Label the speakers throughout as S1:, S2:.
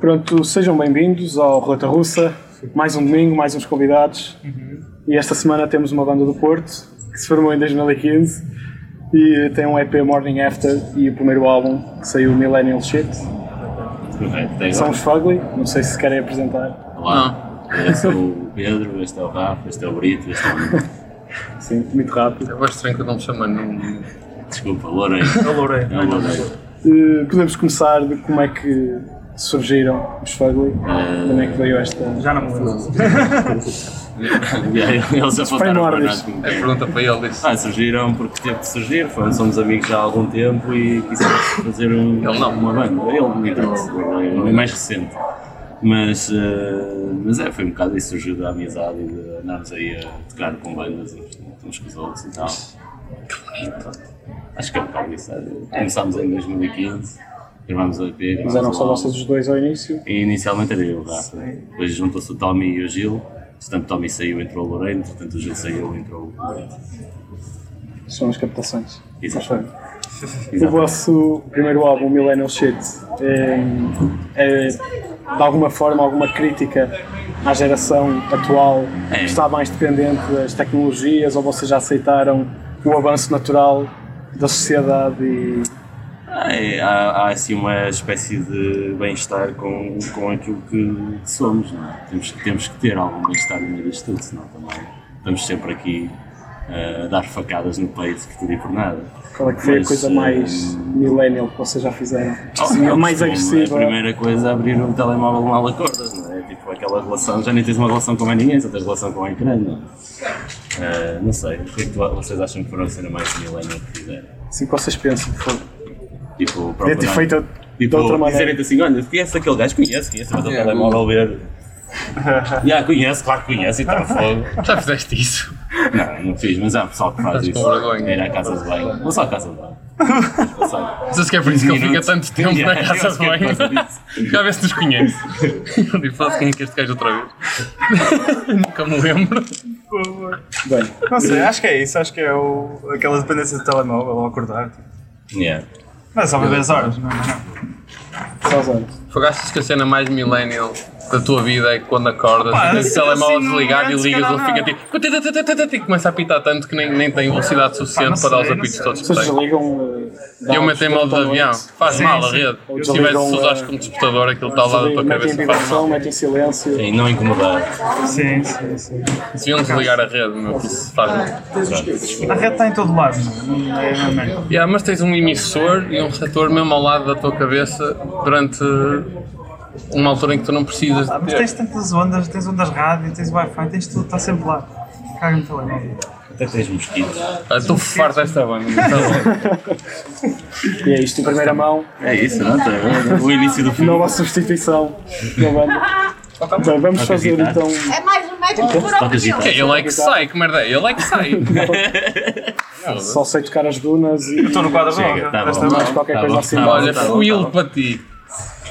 S1: Pronto, sejam bem-vindos ao Rota Russa. Mais um domingo, mais uns convidados. E esta semana temos uma banda do Porto que se formou em 2015 e tem um EP Morning After e o primeiro álbum que saiu Millennial Shit.
S2: Perfeito, tem
S1: São os Fugly, não sei se se querem apresentar.
S2: Olá, eu sou o Pedro, este é o Rafa, este é o Brito, este é o...
S1: Sim, muito rápido.
S3: Eu acho estranho que eu não me chamo Nuno.
S2: Desculpa, Lourenço.
S3: Lourenço.
S2: É o Lourenço.
S1: Eh, podemos começar de como é que surgiram os Fugly, como é que veio esta.
S4: Já não me lembro.
S2: Eles apontaram para
S1: primórdios.
S2: nós como
S3: É
S2: quem.
S3: pergunta para ele isso.
S2: Ah, surgiram porque teve de surgir, foi- somos amigos já há algum tempo e quisemos fazer um,
S3: Ele não.
S2: uma banda. Ele me é mais recente. Mas, eh, mas é, foi um bocado isso, surgiu da amizade e de andarmos aí a tocar com bandas uns, uns com os outros e tal. Que bonito! Acho que é um bocado isso. é. Começámos em 2015, gravámos o EP. gravámos
S1: Mas eram
S2: o
S1: só
S2: álbum.
S1: vocês os dois ao início.
S2: E inicialmente era eu, o Rafa. Depois juntou-se o Tommy e o Gil. Portanto, o Tommy saiu, entrou o Lorraine. Portanto, o Gil saiu, entrou o Lorraine.
S1: São as captações.
S2: Exato.
S1: Mas foi. O vosso primeiro álbum, Millennial Shit, é, é, de alguma forma alguma crítica à geração atual
S2: É.
S1: que está mais dependente das tecnologias ou vocês já aceitaram o avanço natural da sociedade e
S2: É, há, há assim uma espécie de bem-estar com, com aquilo que somos, não é? Temos, que- temos que ter algum bem-estar no meio disto tudo, senão também estamos sempre aqui eh, a dar facadas no peito por tudo e por nada.
S1: qual é que foi
S2: Mas,
S1: a coisa mais
S2: eh,
S1: millennial que vocês já fizeram?
S3: Oh,
S1: Assim,
S2: é
S1: a
S2: o
S1: mais
S2: costume,
S1: agressiva.
S2: A primeira coisa é abrir um telemóvel mal acordas, não é? Tipo aquela relação, já nem tens uma relação com mais ninguém, só tens relação com o ecrã, não é? Eh, não sei, o que é que tu- vocês acham que foram a cena mais millennial que fizeram?
S1: Assim que vocês pensam, por favor.
S2: Tipo,
S1: Devia ter
S2: procurar-
S1: feito de
S2: Tipo,
S1: outra maneira.
S2: dizerem-te assim, olha, conhece aquele gajo? Conhece, conhece, mas
S3: Yeah,
S2: yeah, telemóvel ver. yeah, conhece, claro que conhece, e está no fogo.
S3: Já fizeste isso?
S2: Não, não fiz, mas há pessoal que faz
S3: Estás
S2: isso.
S3: com vergonha.
S2: Era à casa de banho. Vou só à casa de banho.
S3: Não sei se que é por isso que ele fica
S2: Minutos.
S3: tanto tempo
S2: Yeah,
S3: na casa de
S2: eu acho que é por
S3: banho.
S2: causa
S3: Já vê se nos conhece. Eu digo, fala quem é que é este gajo outra vez. Nunca me lembro.
S1: Bem,
S4: Não sei, acho que é isso. Acho que é o, aquela dependência do telemóvel ao acordar. Tipo.
S2: Yeah.
S4: Não é só beber as horas, não é? Não.
S1: só os anos.
S3: Fogaste que a cena mais millennial da tua vida é quando acordas,
S4: Pá,
S3: tens o
S4: assim,
S3: telemóvel
S4: assim,
S3: desligado e
S4: antes,
S3: ligas, ele
S4: calhar,
S3: fica
S4: não.
S3: tipo. tê, tê, tê, tê, tê, tê, E começa a apitar tanto que nem, nem tem velocidade suficiente
S4: Pá, não
S3: para dar os
S4: sei, não
S3: apitos
S4: sei.
S3: todos que
S1: Vocês eh,
S3: tem.
S1: desligam.
S3: E eu meto
S1: um
S3: em modo de avião, faz
S4: Sim,
S3: mal a
S4: sim.
S3: rede.
S1: Ou
S3: Se tivesse
S1: desligam,
S3: se usares
S1: eh,
S3: como despertador, aquilo está lá da tua
S1: Metem em
S3: cabeça, faz mal.
S1: vibração, metem em silêncio.
S2: E não incomodar.
S4: Sim, sim, sim.
S3: Deviam desligar a rede, meu, porque isso faz mal.
S4: A rede está em todo lado, não é? Não é mesmo.
S3: Yeah, mas tens um emissor e um receptor mesmo ao lado da tua cabeça durante uma altura em que tu não precisas
S4: Ah,
S3: de
S4: mas tens
S3: ter.
S4: tantas ondas, tens ondas rádio, tens Wi-Fi, tens tudo, está sempre lá. Caga no telemóvel.
S2: Até tens mosquitos.
S3: Ah, Estou farto desta banda, mas tá bom.
S1: E é isto em primeira mão,
S2: É isso, não? Tá vendo? o início do filme.
S1: nova substituição da banda. Bem, vamos
S2: Ok,
S1: fazer
S2: guitarra.
S1: então.
S5: É mais um metro por
S2: Tocas
S3: Que é,
S2: guitarra.
S3: Ele é que sai, que merda é, ele é que sai.
S1: Só sei tocar as dunas e.
S4: Estou Então, no quadro bom,
S2: Chega,
S4: já.
S2: tá bom.
S4: Desta
S1: mais
S4: vez.
S1: qualquer
S2: Tá
S1: coisa
S2: bom,
S1: assim.
S2: tá bom,
S3: Olha,
S2: tá bom, tá
S3: fuil
S2: bom.
S3: para ti.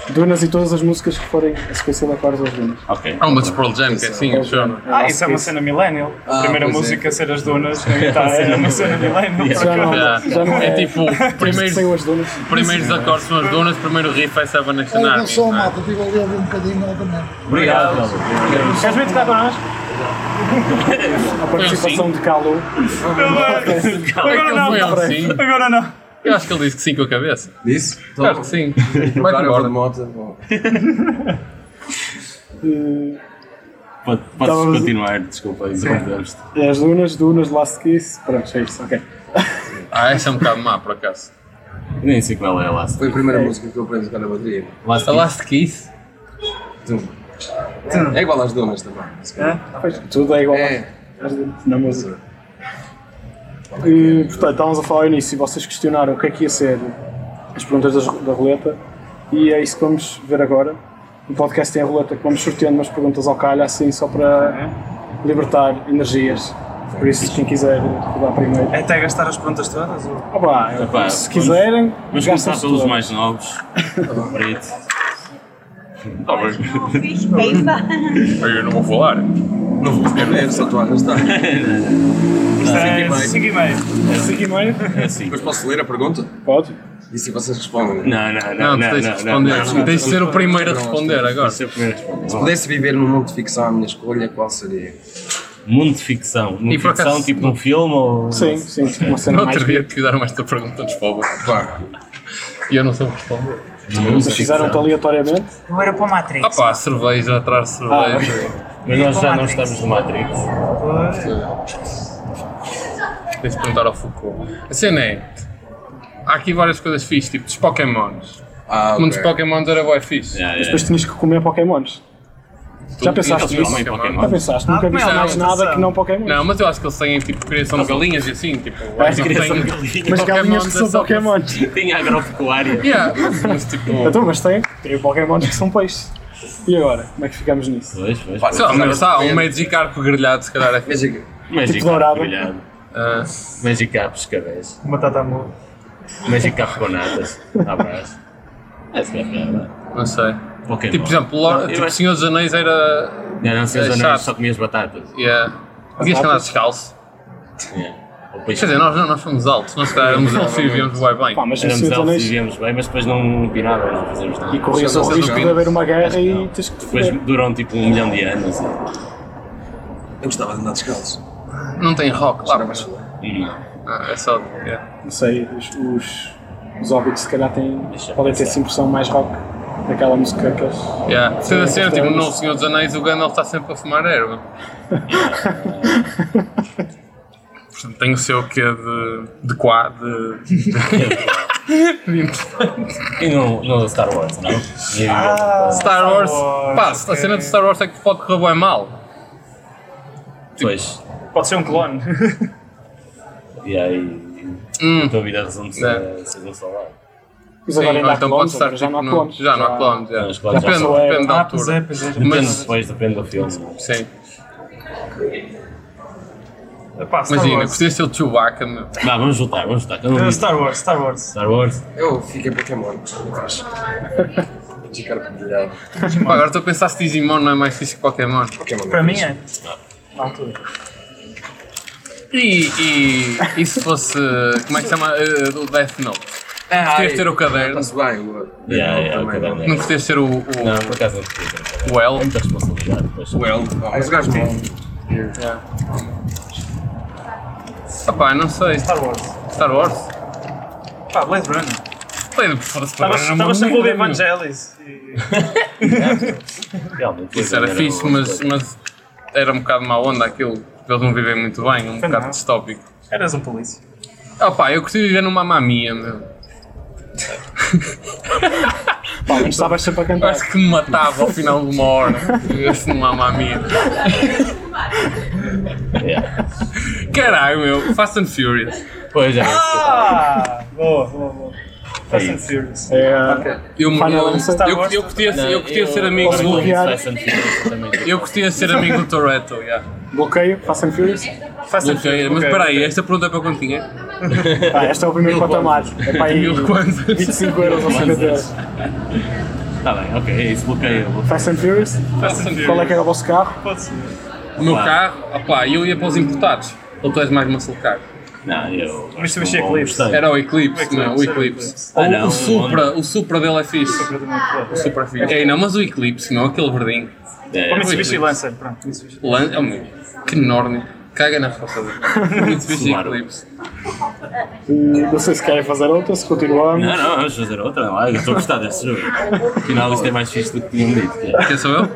S1: Dunas e todas as músicas que forem a sequência da cor das dunas.
S2: Ok.
S3: Há uma de Pearl Jam que é assim, eu choro.
S4: Ah, isso é uma cena millennial. A primeira
S3: pois é.
S4: música a ser as donas na guitarra era é uma cena millennial. por
S1: Já não,
S4: acaso.
S3: Yeah.
S1: já não é.
S3: É tipo,
S1: Desde que
S3: primeiros,
S1: saiu as dunas.
S3: primeiros acordes são as donas, primeiro riff é Seven Nation
S6: Olha, não
S3: Army.
S6: sou
S3: não é?
S6: malta, estive ali a ouvir um bocadinho altamente.
S2: Obrigado. Obrigado.
S4: Queres vir tocar connosco?
S1: A participação de Calu.
S4: Agora
S3: Ele
S4: não.
S3: foi ele sim.
S4: Agora não.
S3: Eu acho que ele disse que sim com a cabeça.
S7: Disse? Estou
S3: Claro que sim. Vai embora.
S7: de moto. bom.
S1: eh,
S2: Pode-
S1: Estávamos-
S2: Podes continuar, desculpa, interrompemos-te.
S1: É As dunas, dunas, Last Kiss. Pronto, é isso, ok.
S3: Ah, essa é um bocado má, por acaso.
S2: Nem sei qual é a Last.
S7: Foi a primeira música que eu aprendi a tocar na bateria.
S2: Last
S3: A Last Kiss?
S7: Tum. É igual às donas também. se calhar.
S1: Pois, tudo é igual
S7: É.
S1: às dunas, na música. E, portanto, estávamos a falar ao início e vocês questionaram o que é que ia ser as perguntas das- da roleta e é isso que vamos ver agora. No podcast tem a roleta que vamos sorteando umas perguntas ao calho, assim só para libertar energias. Por isso, quem quiser rodar primeiro.
S4: É até gastar as perguntas todas? ou-
S1: Opa,
S2: Epá,
S1: se
S2: vamos-
S1: quiserem,
S2: Vamos
S1: gastam-se
S2: começar pelos
S1: tudo.
S2: mais novos. Brito. Não
S5: fiz pensa.
S3: Eu não vou falar.
S7: é Não vou ficar neve, só estou a arrastar.
S4: É 5 e meio.
S1: É 5 e meio?
S2: É assim.
S7: Depois posso ler a pergunta?
S1: Pode.
S7: E se vocês respondem?
S2: Não, não, não.
S3: Não, tu tens de responder. Tens de ser o primeiro a responder agora.
S2: Ser o primeiro a responder.
S7: Se pudesse viver num mundo de ficção à minha escolha, qual seria?
S2: Mundo de ficção. Mundo
S3: E
S2: de
S3: por
S2: ficção,
S3: acaso-
S2: tipo num filme ou.
S1: Sim, sim, tipo uma
S2: é
S1: cena
S3: No
S1: mais
S3: outro
S1: grande.
S3: dia fizeram esta pergunta nos povos
S7: Claro.
S3: e eu não soube responder.
S1: Mas fizeram-te aleatoriamente.
S4: Eu era para o Matrix.
S3: Ah pá, cerveja, atrás de
S2: Ah,
S3: cerveja.
S2: Mas nós já não estamos no Matrix.
S4: Pois.
S3: Tens de perguntar ao Foucault. A cena é. Há aqui várias coisas fixes, tipo dos Pokémons.
S7: Ah,
S3: O mundo dos
S7: ok.
S3: Pokémons era bué fixe.
S2: É.
S1: Mas depois tinhas que comer Pokémons.
S3: Tu-
S1: Já pensaste
S3: eles
S1: nisso?
S3: comem
S1: Já
S3: Pokémon?
S1: pensaste? Nunca
S4: Ah,
S1: viste
S3: não,
S1: mais
S4: não,
S1: nada
S4: não.
S1: que não Pokémon.
S3: Não, mas eu acho que eles têm tipo criação de galinhas e assim, tipo,
S1: Mas
S3: tipo,
S2: Criação
S3: tem-
S2: de galinha.
S1: Mas galinhas que
S3: Pokémons é
S1: são
S3: só-
S1: Pokémons.
S2: Tem agropecuária.
S3: Yeah, mas, mas tipo.
S1: Então, mas tem, tem Pokémons que são peixes. E agora? Como é que ficamos nisso?
S2: Pois, pois.
S7: Pá,
S2: pois.
S3: Sei lá, mas está, um Magic Arco grelhado, se calhar é fixe.
S7: Mas é-
S2: Magic
S1: tipo dourado.
S2: brilhado.
S3: Ah,
S2: Magic Cap pescabeça.
S4: Batata amor.
S2: Magic Cap com natas. À brás. É, se calhar.
S3: não sei.
S2: Pokémon.
S3: Tipo, por exemplo,
S2: Não,
S3: Lord,
S2: eu
S3: tipo,
S2: acho-
S3: Senhor dos Anéis era.
S2: Não, não sei
S3: É
S2: os
S3: chato.
S2: anéis, só comias batatas.
S3: Yeah. Tinhas que andar descalço.
S2: Yeah. É. Ou peixe.
S3: Quer dizer, nós não, nós fomos altos, nós se calhar éramos altos e vivíamos bem bem.
S1: Pá, mas
S2: Éramos
S1: assim, então,
S2: elfos e
S1: e
S2: vivíamos bem, mas depois não pirava, não fazíamos nada.
S1: corrias
S7: Só
S1: o
S7: se
S1: risco
S7: eles
S1: de
S7: não
S1: haver uma guerra
S2: não.
S1: e tens que te foder.
S2: Depois duram tipo um milhão de anos. assim.
S7: Eu gostava de andar descalço.
S3: Não tem rock lá.
S7: Era mais suave.
S2: Não.
S3: Ah, é só. yeah.
S1: Não sei, os, os, os hobbits se calhar têm,
S2: Deixa eu
S1: podem ter
S2: pensar.
S1: essa impressão mais rock daquela música que eles.
S3: Yeah. Sendo assim, era tipo, no Senhor dos Anéis, o Gandalf está sempre a fumar erva. Portanto, tem o seu quê de. de quá, de.
S2: E no, no Star Wars, não? E-
S3: Star Wars.
S4: Wars,
S3: Pá, a cena de Star Wars é que pode correr bem mal.
S2: Pois.
S4: Pode ser um clone.
S2: E aí.
S3: Hum.
S2: A tua vida resume-se
S3: É.
S2: a ser um solar.
S1: Mas
S3: Sim,
S1: agora ainda
S3: ou
S1: há
S3: então pode
S1: clones,
S3: estar
S1: agora já não há
S3: tipo,
S1: clones.
S3: Já não há clones, já.
S2: Os clones já
S3: Depende,
S1: são-
S3: depende da
S4: Ah, pois é,
S3: altura.
S4: pois é. já
S2: Depende
S3: Mas-
S2: depois, depende do filme.
S3: Sim.
S4: pensei. Pá, Star
S3: Imagina,
S4: Wars.
S3: podia ser o Chewbacca, meu.
S2: Não, vamos voltar, vamos voltar. que eu não
S4: Eh,
S2: vi.
S4: Star Wars, Star Wars.
S2: Star Wars.
S7: Eu fiquei Pokémon. eu acho. Ficar pendurado.
S3: Pá, agora estou a pensar se Digimon não é mais fixe que Pokémon.
S7: Pokémon.
S4: Para mim é. Na altura.
S3: E, e, e se fosse. Como é que se chama? eh, do Death Note?
S7: Ah,
S3: Gostias de ter o caderno.
S7: Está-se bem. o-
S2: Yeah,
S7: o-
S2: yeah, é o
S7: também,
S2: caderno.
S3: Não gostei de ser o, o,
S2: Não, por acaso não fiquei.
S3: o L?
S2: É muita responsabilidade. Pois.
S7: O L. Ah, Mas o gajo não.
S3: Ah, pá, não sei. é
S4: Star Wars.
S3: Star Wars?
S4: Pá, Blade Runner.
S3: Play de foda-se um para
S4: Estava sempre a ouvir Evangelis. e-
S2: Realmente.
S3: Isso era
S2: pois,
S3: fixe,
S2: uma
S3: mas,
S2: coisa.
S3: mas era um bocado má onda aquilo. Eles não vivem muito bem, um bocado
S4: não.
S3: distópico.
S4: Eras um polícia.
S3: Ah, pá, eu curti viver numa mamia, meu.
S1: Pá, mas estavas sempre a cantar.
S3: Acho que me matava ao final de uma hora. Esse não há mamia.
S2: Yeah.
S3: Caralho, meu. Fast and Furious.
S2: é, Pois é.
S4: Ah! Boa, boa, boa. Fast and Furious.
S1: É,
S3: Eu, eu,
S1: Final
S3: eu,
S1: Answer.
S3: eu, eu curtia, ser- eu curtia ser amigo
S1: posso
S3: do.
S1: bloquear?
S3: Eu curtia ser amigo do Toretto, yeah.
S1: Bloqueio, Fast and Furious.
S4: Fast and
S3: Bloqueia.
S4: Furious.
S3: Mas
S4: ok.
S3: espera aí, esta pergunta é para quanto dinheiro?
S1: Ah, este é o primeiro patamar. É para aí
S3: Mil quantos?
S1: 25 euros ou 50 euros.
S2: Está bem, ok, é isso, bloqueia.
S1: Fast and Furious,
S4: Fast and
S1: qual é
S4: Furious.
S1: que é? era o vosso carro?
S4: Pode
S3: É
S4: ser.
S3: O meu
S2: Pá.
S3: carro, opá, eu ia para os importados. Ou tu és mais muscle car?
S2: Não, eu. acho
S4: Mas tu
S2: que
S4: mexia
S2: um bom
S4: Eclipse.
S2: gostei.
S3: Era o Eclipse,
S4: O
S3: não, o
S4: Eclipse, era o
S3: Eclipse.
S4: Eclipse.
S2: Ah,
S3: Ou
S2: não,
S3: o Supra, o Supra dele é fixe. O Supra é fixe. Ei, não, mas o Eclipse, não, aquele verdinho.
S2: É,
S4: O Mitsubishi
S3: Eclipse.
S4: Lancer, pronto. Mitsubishi.
S3: Lan- é um- Que enorme. Caga na roça dele. Mitsubishi
S2: Subaru.
S3: Eclipse.
S1: Hum, Não sei se querem fazer outra, se continuamos.
S2: Não, não, vamos fazer outra. Lá. Eu estou a gostar desse jogo. Afinal, isto é mais fixe do que tinham dito. é.
S3: Quem sou eu?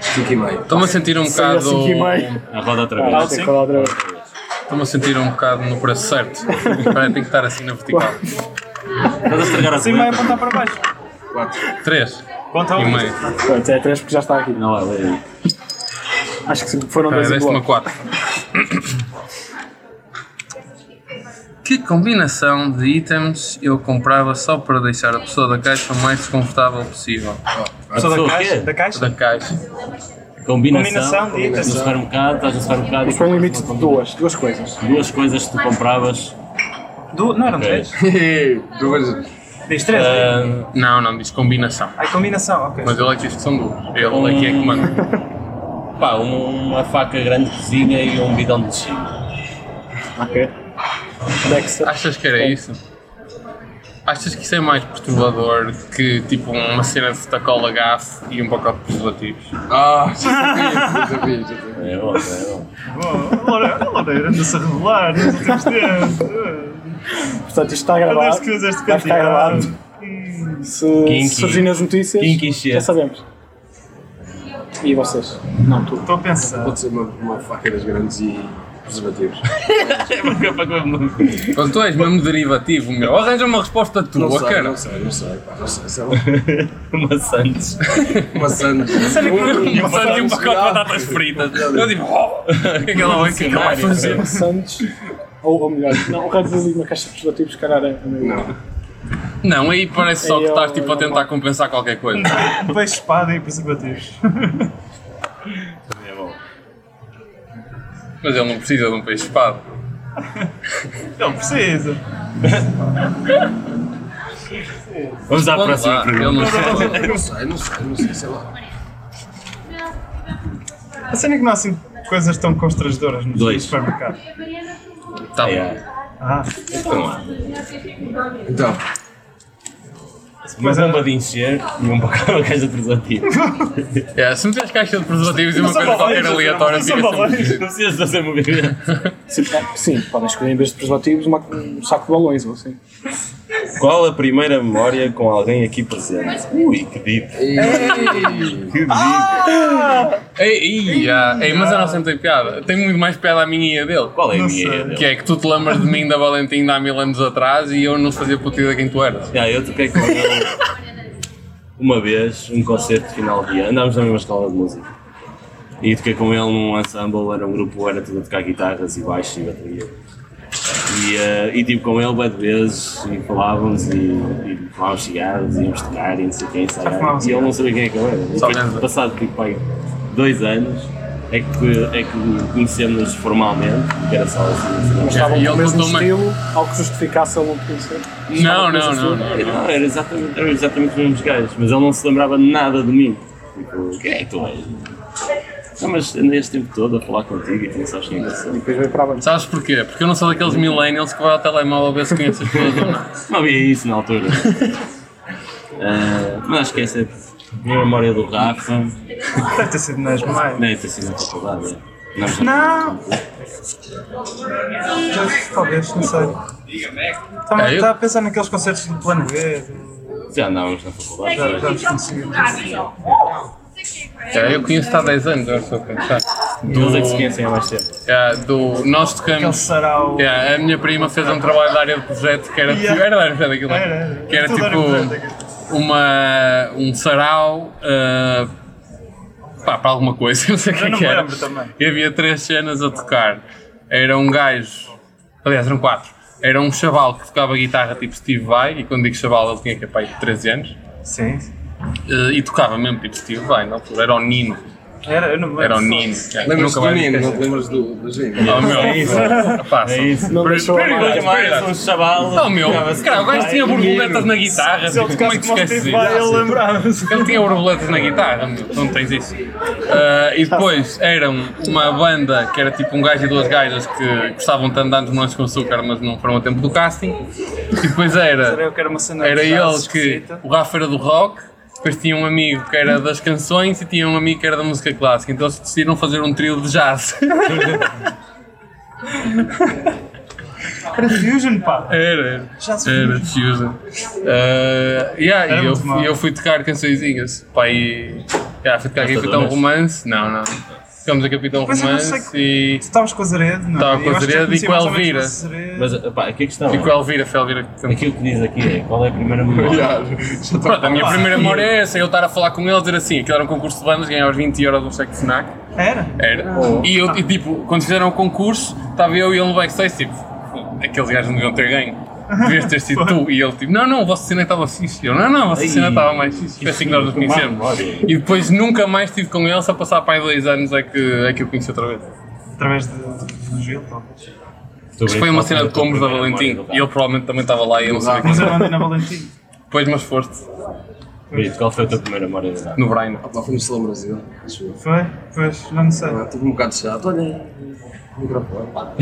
S7: Cinco e meio.
S3: Estou-me a sentir um
S1: Era
S3: bocado.
S1: 5 e meio.
S2: A roda outra
S1: Ah,
S2: vez.
S1: tem que falar outra vez.
S3: Estou-me a sentir um bocado no preço certo. Espera, tem que estar assim na vertical.
S2: Estás a estragar a
S4: Sim, vai
S2: coleta?
S4: É apontar para baixo.
S7: Quatro.
S3: 3
S4: Conta
S3: e
S4: um.
S3: meio.
S1: Pronto, é 3 porque já está aqui. é?
S2: Não, olha aí.
S1: Acho que foram
S3: Espera,
S1: dois em
S3: deste uma
S1: bloco.
S3: 4. Que combinação de itens eu comprava só para deixar a pessoa da caixa o mais desconfortável possível?
S4: Só da
S2: Pessoa
S4: caixa?
S2: quê?
S4: Da
S3: Da
S4: caixa?
S3: caixa.
S2: Combinação.
S4: Combinação de
S2: No
S4: itens.
S2: supermercado, estás no supermercado.
S1: Mas foi um limite de duas, duas coisas.
S2: Duas coisas que tu compravas.
S4: Du- Não eram três?
S7: Duas.
S4: Diz três. né?
S2: ah,
S3: Não, não, diz combinação.
S4: Ai, combinação, ok.
S3: Mas ele é que diz que são duas. Ele é que é que manda.
S2: Pá, um- uma faca grande de cozinha e um bidão de china.
S1: Ok. Dexter.
S3: Achas que era isso? Achas que isso é mais perturbador que tipo uma cena de tacola gafo e um pacote de preservativos?
S7: Ah, já sabia, já sabia, já sabia.
S2: É bom, é bom.
S4: Boa, Laura- a Laura anda-se a revelar nos últimos tempos.
S1: Portanto, isto está
S4: Ah,
S1: gravado.
S4: Parece que usaste
S1: Vai ficar
S4: penteado.
S1: gravado.
S4: Hum,
S1: Se
S2: Kinky.
S1: surgirem as notícias,
S2: Kinky shit.
S1: já sabemos. E vocês? Não, tu.
S4: Estou a pensar.
S7: Pode ser uma, uma faca das grandes e preservativos.
S3: Quando tu és mesmo derivativo, meu, arranja uma resposta
S7: Não
S3: tua,
S7: sei,
S3: cara.
S7: não sei, não sei, pá, não sei. Sei lá,
S2: Uma Santos.
S7: uma sandes.
S3: Uma cena de um pacote de batatas fritas. Eu digo, oh, o que é que ela vai que vai fazer?
S1: Santos. Ou, ou melhor, não, o Red Bull ali na caixa de preservativos, caralho, é meio.
S7: Não,
S3: Não, aí parece só
S1: Aí
S3: que estás
S1: eu-
S3: tipo a tentar compensar qualquer coisa.
S4: Um peixe espada e preservativos.
S2: É bom.
S3: Mas ele não precisa de um peixe espada.
S4: Não precisa.
S2: Vamos à
S3: Vamos
S2: próxima
S3: lá,
S2: pergunta.
S3: eu não sei.
S7: não sei, não sei, não sei, sei lá.
S4: A cena é que não há assim coisas tão constrangedoras nos
S2: Dois.
S4: supermercados.
S3: Tá bom.
S2: É.
S4: Ah,
S2: Então, lá.
S7: Então,
S2: uma bomba de encher e um pacote uma caixa de preservativo.
S3: É, se meteres caixa de preservativos e uma coisa qualquer aleatória, fica sempre.
S2: Não precisas de fazer movimento.
S1: Sim, ah, sim, podem escolher em vez de preservativos uma- um saco de balões ou assim.
S2: Qual a primeira memória com alguém aqui presente? Ui, que deep.
S7: ei,
S2: Que deep.
S3: Ei, ei, já. Ei, mas eu não sempre tem piada. Tem muito mais piada a minha e a dele.
S2: Qual é a
S4: Não
S2: minha
S4: sei.
S2: ideia?
S3: Que é que tu te lembras de mim da Valentim de há mil anos atrás e eu não fazia putida quem tu eras.
S2: Ah, eu toquei com ele uma vez, um concerto de final de ano, andámos na mesma escola de música. E toquei com ele num ensemble, era um grupo, era tudo a tocar guitarras e baixo e bateria. E, eh, e tive com ele bué de vezes, e falávamos, e, e fumávamos cigarros, e íamos tocar, e não sei quem,
S4: fumava
S2: ensaiar. E ele não sabia quem é que eu era.
S3: Só
S2: Depois,
S3: lembra.
S2: passado tipo, pai, dois anos, é que, é que conhecemos-nos formalmente, que era só assim.
S1: Mas
S2: assim
S1: estavam
S3: e
S1: com o
S3: ele
S1: mesmo
S3: contou uma-
S1: estilo, algo que justificasse ele não te conhecer.
S3: Não, não, não, não.
S2: Não, Ah, era exatamente, eram exatamente os mesmos gajos, mas ele não se lembrava de nada de mim. Tipo, quem é que tu és? Não, mas andei este tempo todo a falar contigo e tu não sabes quem é que eu sou.
S1: Depois veio para avanço.
S3: Sabes porquê? Porque eu não sou daqueles millennials que vai ao telemóvel ver se conhece as pessoas ou não.
S2: Não havia isso na altura. Ah, mas acho que essa é a minha memória do Rafa.
S4: deve ter sido nas mais.
S2: Nem ter sido na faculdade. é. Não,
S4: Não! Já- Talvez, não sei. Estava
S3: É, eu-
S4: estava a pensar naqueles concertos do Plano B. do-
S2: Já andávamos na faculdade.
S4: Já, já
S2: Já.
S4: os conheci.
S3: Já, eu conheço-te há 10 anos, agora estou a pensar.
S2: Eles é que se
S3: Do,
S2: conhecem há mais tempo.
S3: já, do nós
S4: Aquele
S3: tocamos.
S4: sarau.
S3: já, a minha prima fez um trabalho da área de projeto que era tipo.
S4: Yeah.
S3: Era da área de projeto aquilo.
S4: Era, era.
S3: Que era
S4: Tudo era projeto
S3: tipo. Uma, um sarau. ah, pá, para alguma coisa, não sei o que
S4: não
S3: é
S4: me
S3: que era.
S4: lembro também.
S3: E havia três cenas a tocar. Era um gajo, aliás, eram quatro. Era um chaval que tocava guitarra tipo Steve Vai, e quando digo chaval ele tinha que é, pai de 13 anos,
S4: Sim.
S3: eh, e tocava mesmo tipo Steve Vai, na altura. Era o Nino,
S4: Era, eu não me
S3: era o
S4: lembro.
S3: Nino. cara,
S7: lembras
S3: nunca
S7: do
S3: mais
S7: menino, não te
S3: esquecer.
S7: lembras do, do gênio?
S3: Oh meu,
S2: É isso.
S3: Epá, são-
S2: É isso.
S1: Não deixou a
S3: Espera,
S1: marca.
S3: espera.
S2: São os chavalos.
S3: Oh meu, cara, o gajo tinha borboletas na guitarra,
S4: Se ele
S3: tipo, como é
S4: tocasse
S3: que
S4: com o
S3: esqueces
S4: Steve
S3: isso?
S4: Vai, ele lembrava-se.
S3: Ele tinha borboletas na guitarra, meu, tu não tens isso. Ah, e depois eram uma banda que era tipo um gajo e duas gajas que gostavam tanto de andar nos Morangos com açúcar, mas não foram a tempo do casting. E depois
S4: Era
S3: era,
S4: eu que era uma cena
S3: era
S4: de jazz
S3: ele que.
S4: esquisita.
S3: O Rafa era do rock, depois tinha um amigo que era das canções e tinha um amigo que era da música clássica. Então eles decidiram fazer um trio de jazz.
S4: Era Fusion, pá.
S3: Era, era.
S4: Jazz
S3: Era
S4: Fusion.
S3: Fusion. Ah, yeah,
S4: Era
S3: e eu,
S4: muito mau.
S3: e eu fui tocar cançõezinhas. Pá, e. Yeah, fui tocar
S2: Gosta
S3: Capitão
S2: delas?
S3: Romance. Não, não. Ficamos a Capitão
S4: Pois eu não sei
S3: Romance e.
S4: Tu estavas com a Zared, não? é?
S3: Estava com a
S4: Eu acho que já
S3: Zared e
S4: conhecia
S3: com a
S4: mais ou menos
S3: Elvira.
S4: Zared.
S2: Mas, pá, aqui a questão
S3: E com a
S2: é,
S3: Elvira, foi a Elvira que cantou.
S2: aquilo que diz aqui é, qual é a primeira memória?
S7: Já, já tá estou
S3: Pronto, a minha
S4: Ah,
S3: primeira
S4: sim.
S3: memória é essa, eu estar a falar com ele, dizer assim, aquilo era um concurso de bandas, ganhavas 20 euros um cheque de Fnac,
S4: Era?
S3: era, e eu, e, tipo, quando fizeram o concurso, estava eu e ele no backstage, tipo, aqueles gajos não deviam ter ganho, devias ter sido tu, e ele, tipo, não, não, a vossa cena estava fixe, E eu, não, não, a vossa
S2: Ai,
S3: cena estava mais fixe, foi assim que nós nos
S2: que má
S3: conhecemos,
S2: memória.
S3: e depois nunca mais estive com ele, só passar para aí dois anos é que, é que eu conheci outra vez,
S4: Através de de Gil, talvez.
S3: Isto foi uma cena de combos da tá? Valentim, e ele provavelmente também estava lá e eu não sabia
S4: Mas
S3: que
S4: eu andei na Valentim.
S3: depois mas foste,
S2: Brito, qual foi a tua primeira memória de Natal?
S3: No Brainer.
S7: Opa, foi no Salão Brasil, acho eu.
S4: Foi? Pois, já não sei.
S7: Ah, Tive um bocado chato, olha o microfone. pá.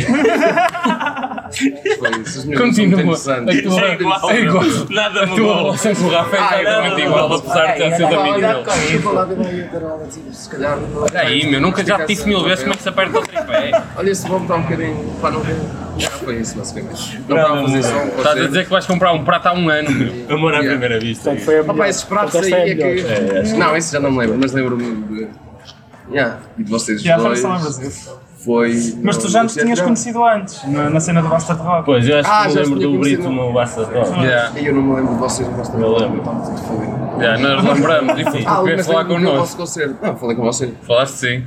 S7: Foi isso, os meninos são muito
S3: Continua.
S7: interessantes.
S3: É igual. É igual.
S2: Nada
S3: A tua relação com o Rafa é exatamente igual, apesar de já ser amigo dele.
S6: Desculpa lá, vem aí a tarola.
S7: Se calhar. não-
S3: Olha aí, meu, nunca já te disse mil vezes como é que se aperta o tripé.
S7: Olha, esse bom está um bocadinho. Pá, não vê. Já foi isso, basicamente. Não
S2: Bravo,
S7: estava a fazer só um
S3: Estás a
S7: concerto.
S3: dizer que vais comprar um prato há um ano, meu.
S2: Amor à primeira vista.
S1: Portanto, Então foi a
S7: Opa,
S1: melhor.
S7: esses pratos
S1: Portanto,
S7: aí
S1: esta
S7: é
S1: a melhor.
S7: que. Não, esse já não me lembro, mas lembro-me de. Yeah, e de vocês
S4: Já foi no
S7: dois.
S4: Salão Brasil.
S7: Foi. é
S4: Mas tu já nos tinhas
S7: conhecido.
S4: conhecido antes, na, na cena do Bastard Rock.
S2: Pois, eu acho que
S7: Ah, já
S2: me lembro
S7: tinha
S2: do Brito
S7: conhecido.
S2: no Barça de Dó.
S3: Já,
S7: Eu não me lembro de vocês, mas também
S2: Eu lembro.
S7: estava muito fodido.
S3: já, nós lembramos. E foste
S7: Ah,
S3: tu que
S7: mas
S3: falar
S7: lembro do vosso
S3: connosco.
S7: concerto. Não, falei com vocês.
S3: Falaste sim.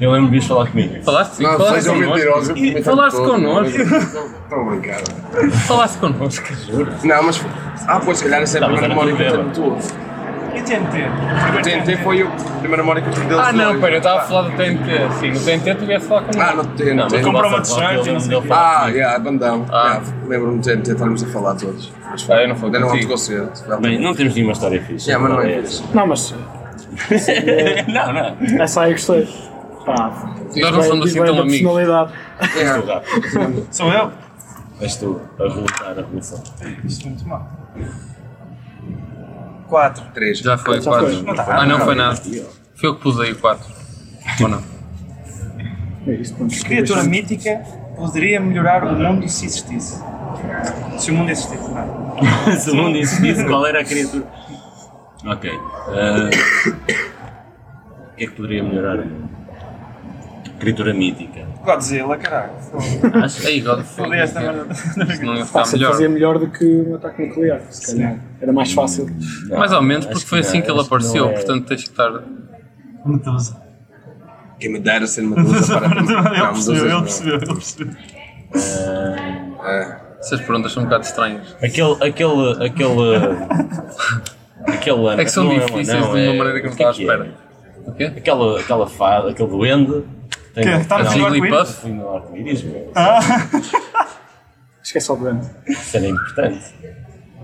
S2: Eu lembro de vir falar comigo.
S3: Falaste sim.
S7: Não,
S3: Falaste
S7: sejam mentirosos.
S3: connosco.
S7: eu também um
S3: Falaste
S7: estou-
S3: connosco.
S7: Estão a brincar.
S3: Falaste connosco.
S7: Não, mas. Ah, pois, se calhar essa é a
S2: Tá, mas
S7: primeira
S2: era
S7: memória que eu
S2: tudo
S7: tenho tua.
S4: E TNT?
S7: O TNT foi eu- a primeira memória que eu tenho deles.
S3: Ah, não,
S7: dois.
S3: pera, eu estava a falar do TNT. Sim, no TNT tu vieste falar
S7: Ah,
S3: connosco.
S7: no TNT.
S2: Não, mas no
S4: Comprou uma
S2: Barça de Dó,
S4: t-shirt e
S2: eu
S4: não sei o quê.
S2: lembro de ele falar
S7: Ah,
S2: comigo.
S7: yeah, bandão.
S3: Ah.
S7: Yeah, Lembro-me de TNT, estarmos a falar todos. Mas
S3: Ah, eu não fui
S7: ainda não
S3: contigo.
S7: vamos concerto.
S2: Bem, não temos nenhuma história fixe.
S7: Yeah, mas não é
S2: Agora
S7: isso.
S1: Não, mas
S2: essa. Não, não.
S1: essa É aí gostei. Pá,
S3: Nós não somos assim
S1: bem
S3: tão
S1: da
S3: amigos.
S1: personalidade.
S7: É,
S2: És tu,
S7: Yeah.
S2: Rafa.
S4: Sou eu?
S2: És tu a relatar a revolução.
S4: Isto é muito mal. 4.
S7: Três.
S3: Já foi,
S1: Já
S3: quatro.
S1: foi. Não
S4: tá.
S3: Ah, não foi nada. Foi eu que pus aí o quatro. Ou não?
S1: É isso, pronto.
S4: Criatura mítica poderia melhorar o mundo se existisse. Se o mundo existisse, não. é?
S2: Se o mundo existisse, qual era a criatura? Ok. ah, O que é que poderia melhorar? Criatura mítica.
S4: Godzilla, caralho.
S2: Acho que
S3: Aí, God,
S4: Fodei esta merda.
S3: não ia ficar
S1: Fácil,
S3: Tá melhor.
S1: fazia melhor do que um ataque nuclear, se calhar. Era mais fácil.
S2: não,
S3: Mais ou menos,
S2: acho
S3: porque foi assim
S2: não,
S3: que ele
S2: acho não
S3: apareceu,
S2: é.
S3: portanto tens que estar.
S4: Medusa.
S7: Quem me dera ser Medusa para.
S4: Ele percebeu,
S7: Não, Medusa
S4: ele
S7: não.
S4: percebeu, ele percebeu.
S2: Ah,
S7: É.
S3: Essas perguntas são um bocado estranhas.
S2: aquele. aquele. aquele. aquele ano.
S3: É que são
S2: não um
S3: difíceis
S2: anão,
S3: de uma
S2: é-
S3: maneira que eu não
S2: o é
S3: estava à espera. O quê?
S2: Aquela, aquela fada, aquele duende. Tem
S4: Que?
S2: um
S4: Está no
S2: canal-
S4: Ziggler?
S3: Jigglypuff?
S2: Fui no arco-íris, meu.
S4: Ah,
S1: Acho que é só doente.
S2: Isso era importante.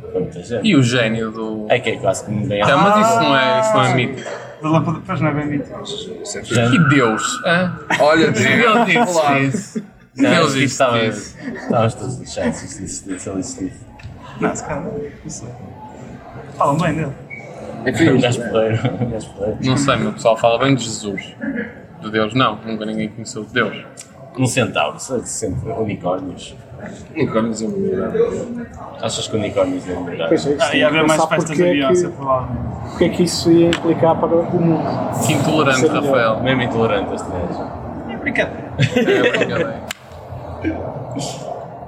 S2: Para muita gente.
S3: E o gênio do.
S2: É que é quase que me ganhava.
S3: Ah, mas isso não é, isso não é mito.
S4: Da lâmpada, pois não é bem mito.
S7: Isso é fixe.
S2: Já-
S3: E Deus? hã?
S7: Olha,
S3: Deus
S7: Deus. Olá.
S3: disse isso.
S2: Não,
S3: Deus
S2: acho que
S3: disse
S2: estava-
S3: isso.
S2: Estavas todos lixados se isso existisse, se ele existisse.
S4: Não, se calhar não. Não sei. Falam bem dele.
S7: Enfim,
S2: Um gajo porreiro, um gajo porreiro.
S3: Não sei, meu pessoal fala bem de Jesus. De Deus, não, nunca ninguém conheceu de Deus.
S2: Um centauro, sei de sempre. Unicórnios.
S7: unicórnios é uma melhor.
S2: Achas que unicórnios é melhor?
S1: Pois é, isso
S4: Ah,
S1: tem
S4: e
S1: que
S4: haver mais
S1: pensar
S4: festas
S1: porque
S4: da
S1: é que-
S4: Beyoncé, provavelmente.
S1: O que é que isso ia implicar para o mundo?
S3: Que intolerante,
S1: Isso é melhor.
S3: Rafael.
S2: Mesmo intolerante este gajo.
S4: Brincadeira.
S3: É brincadeira.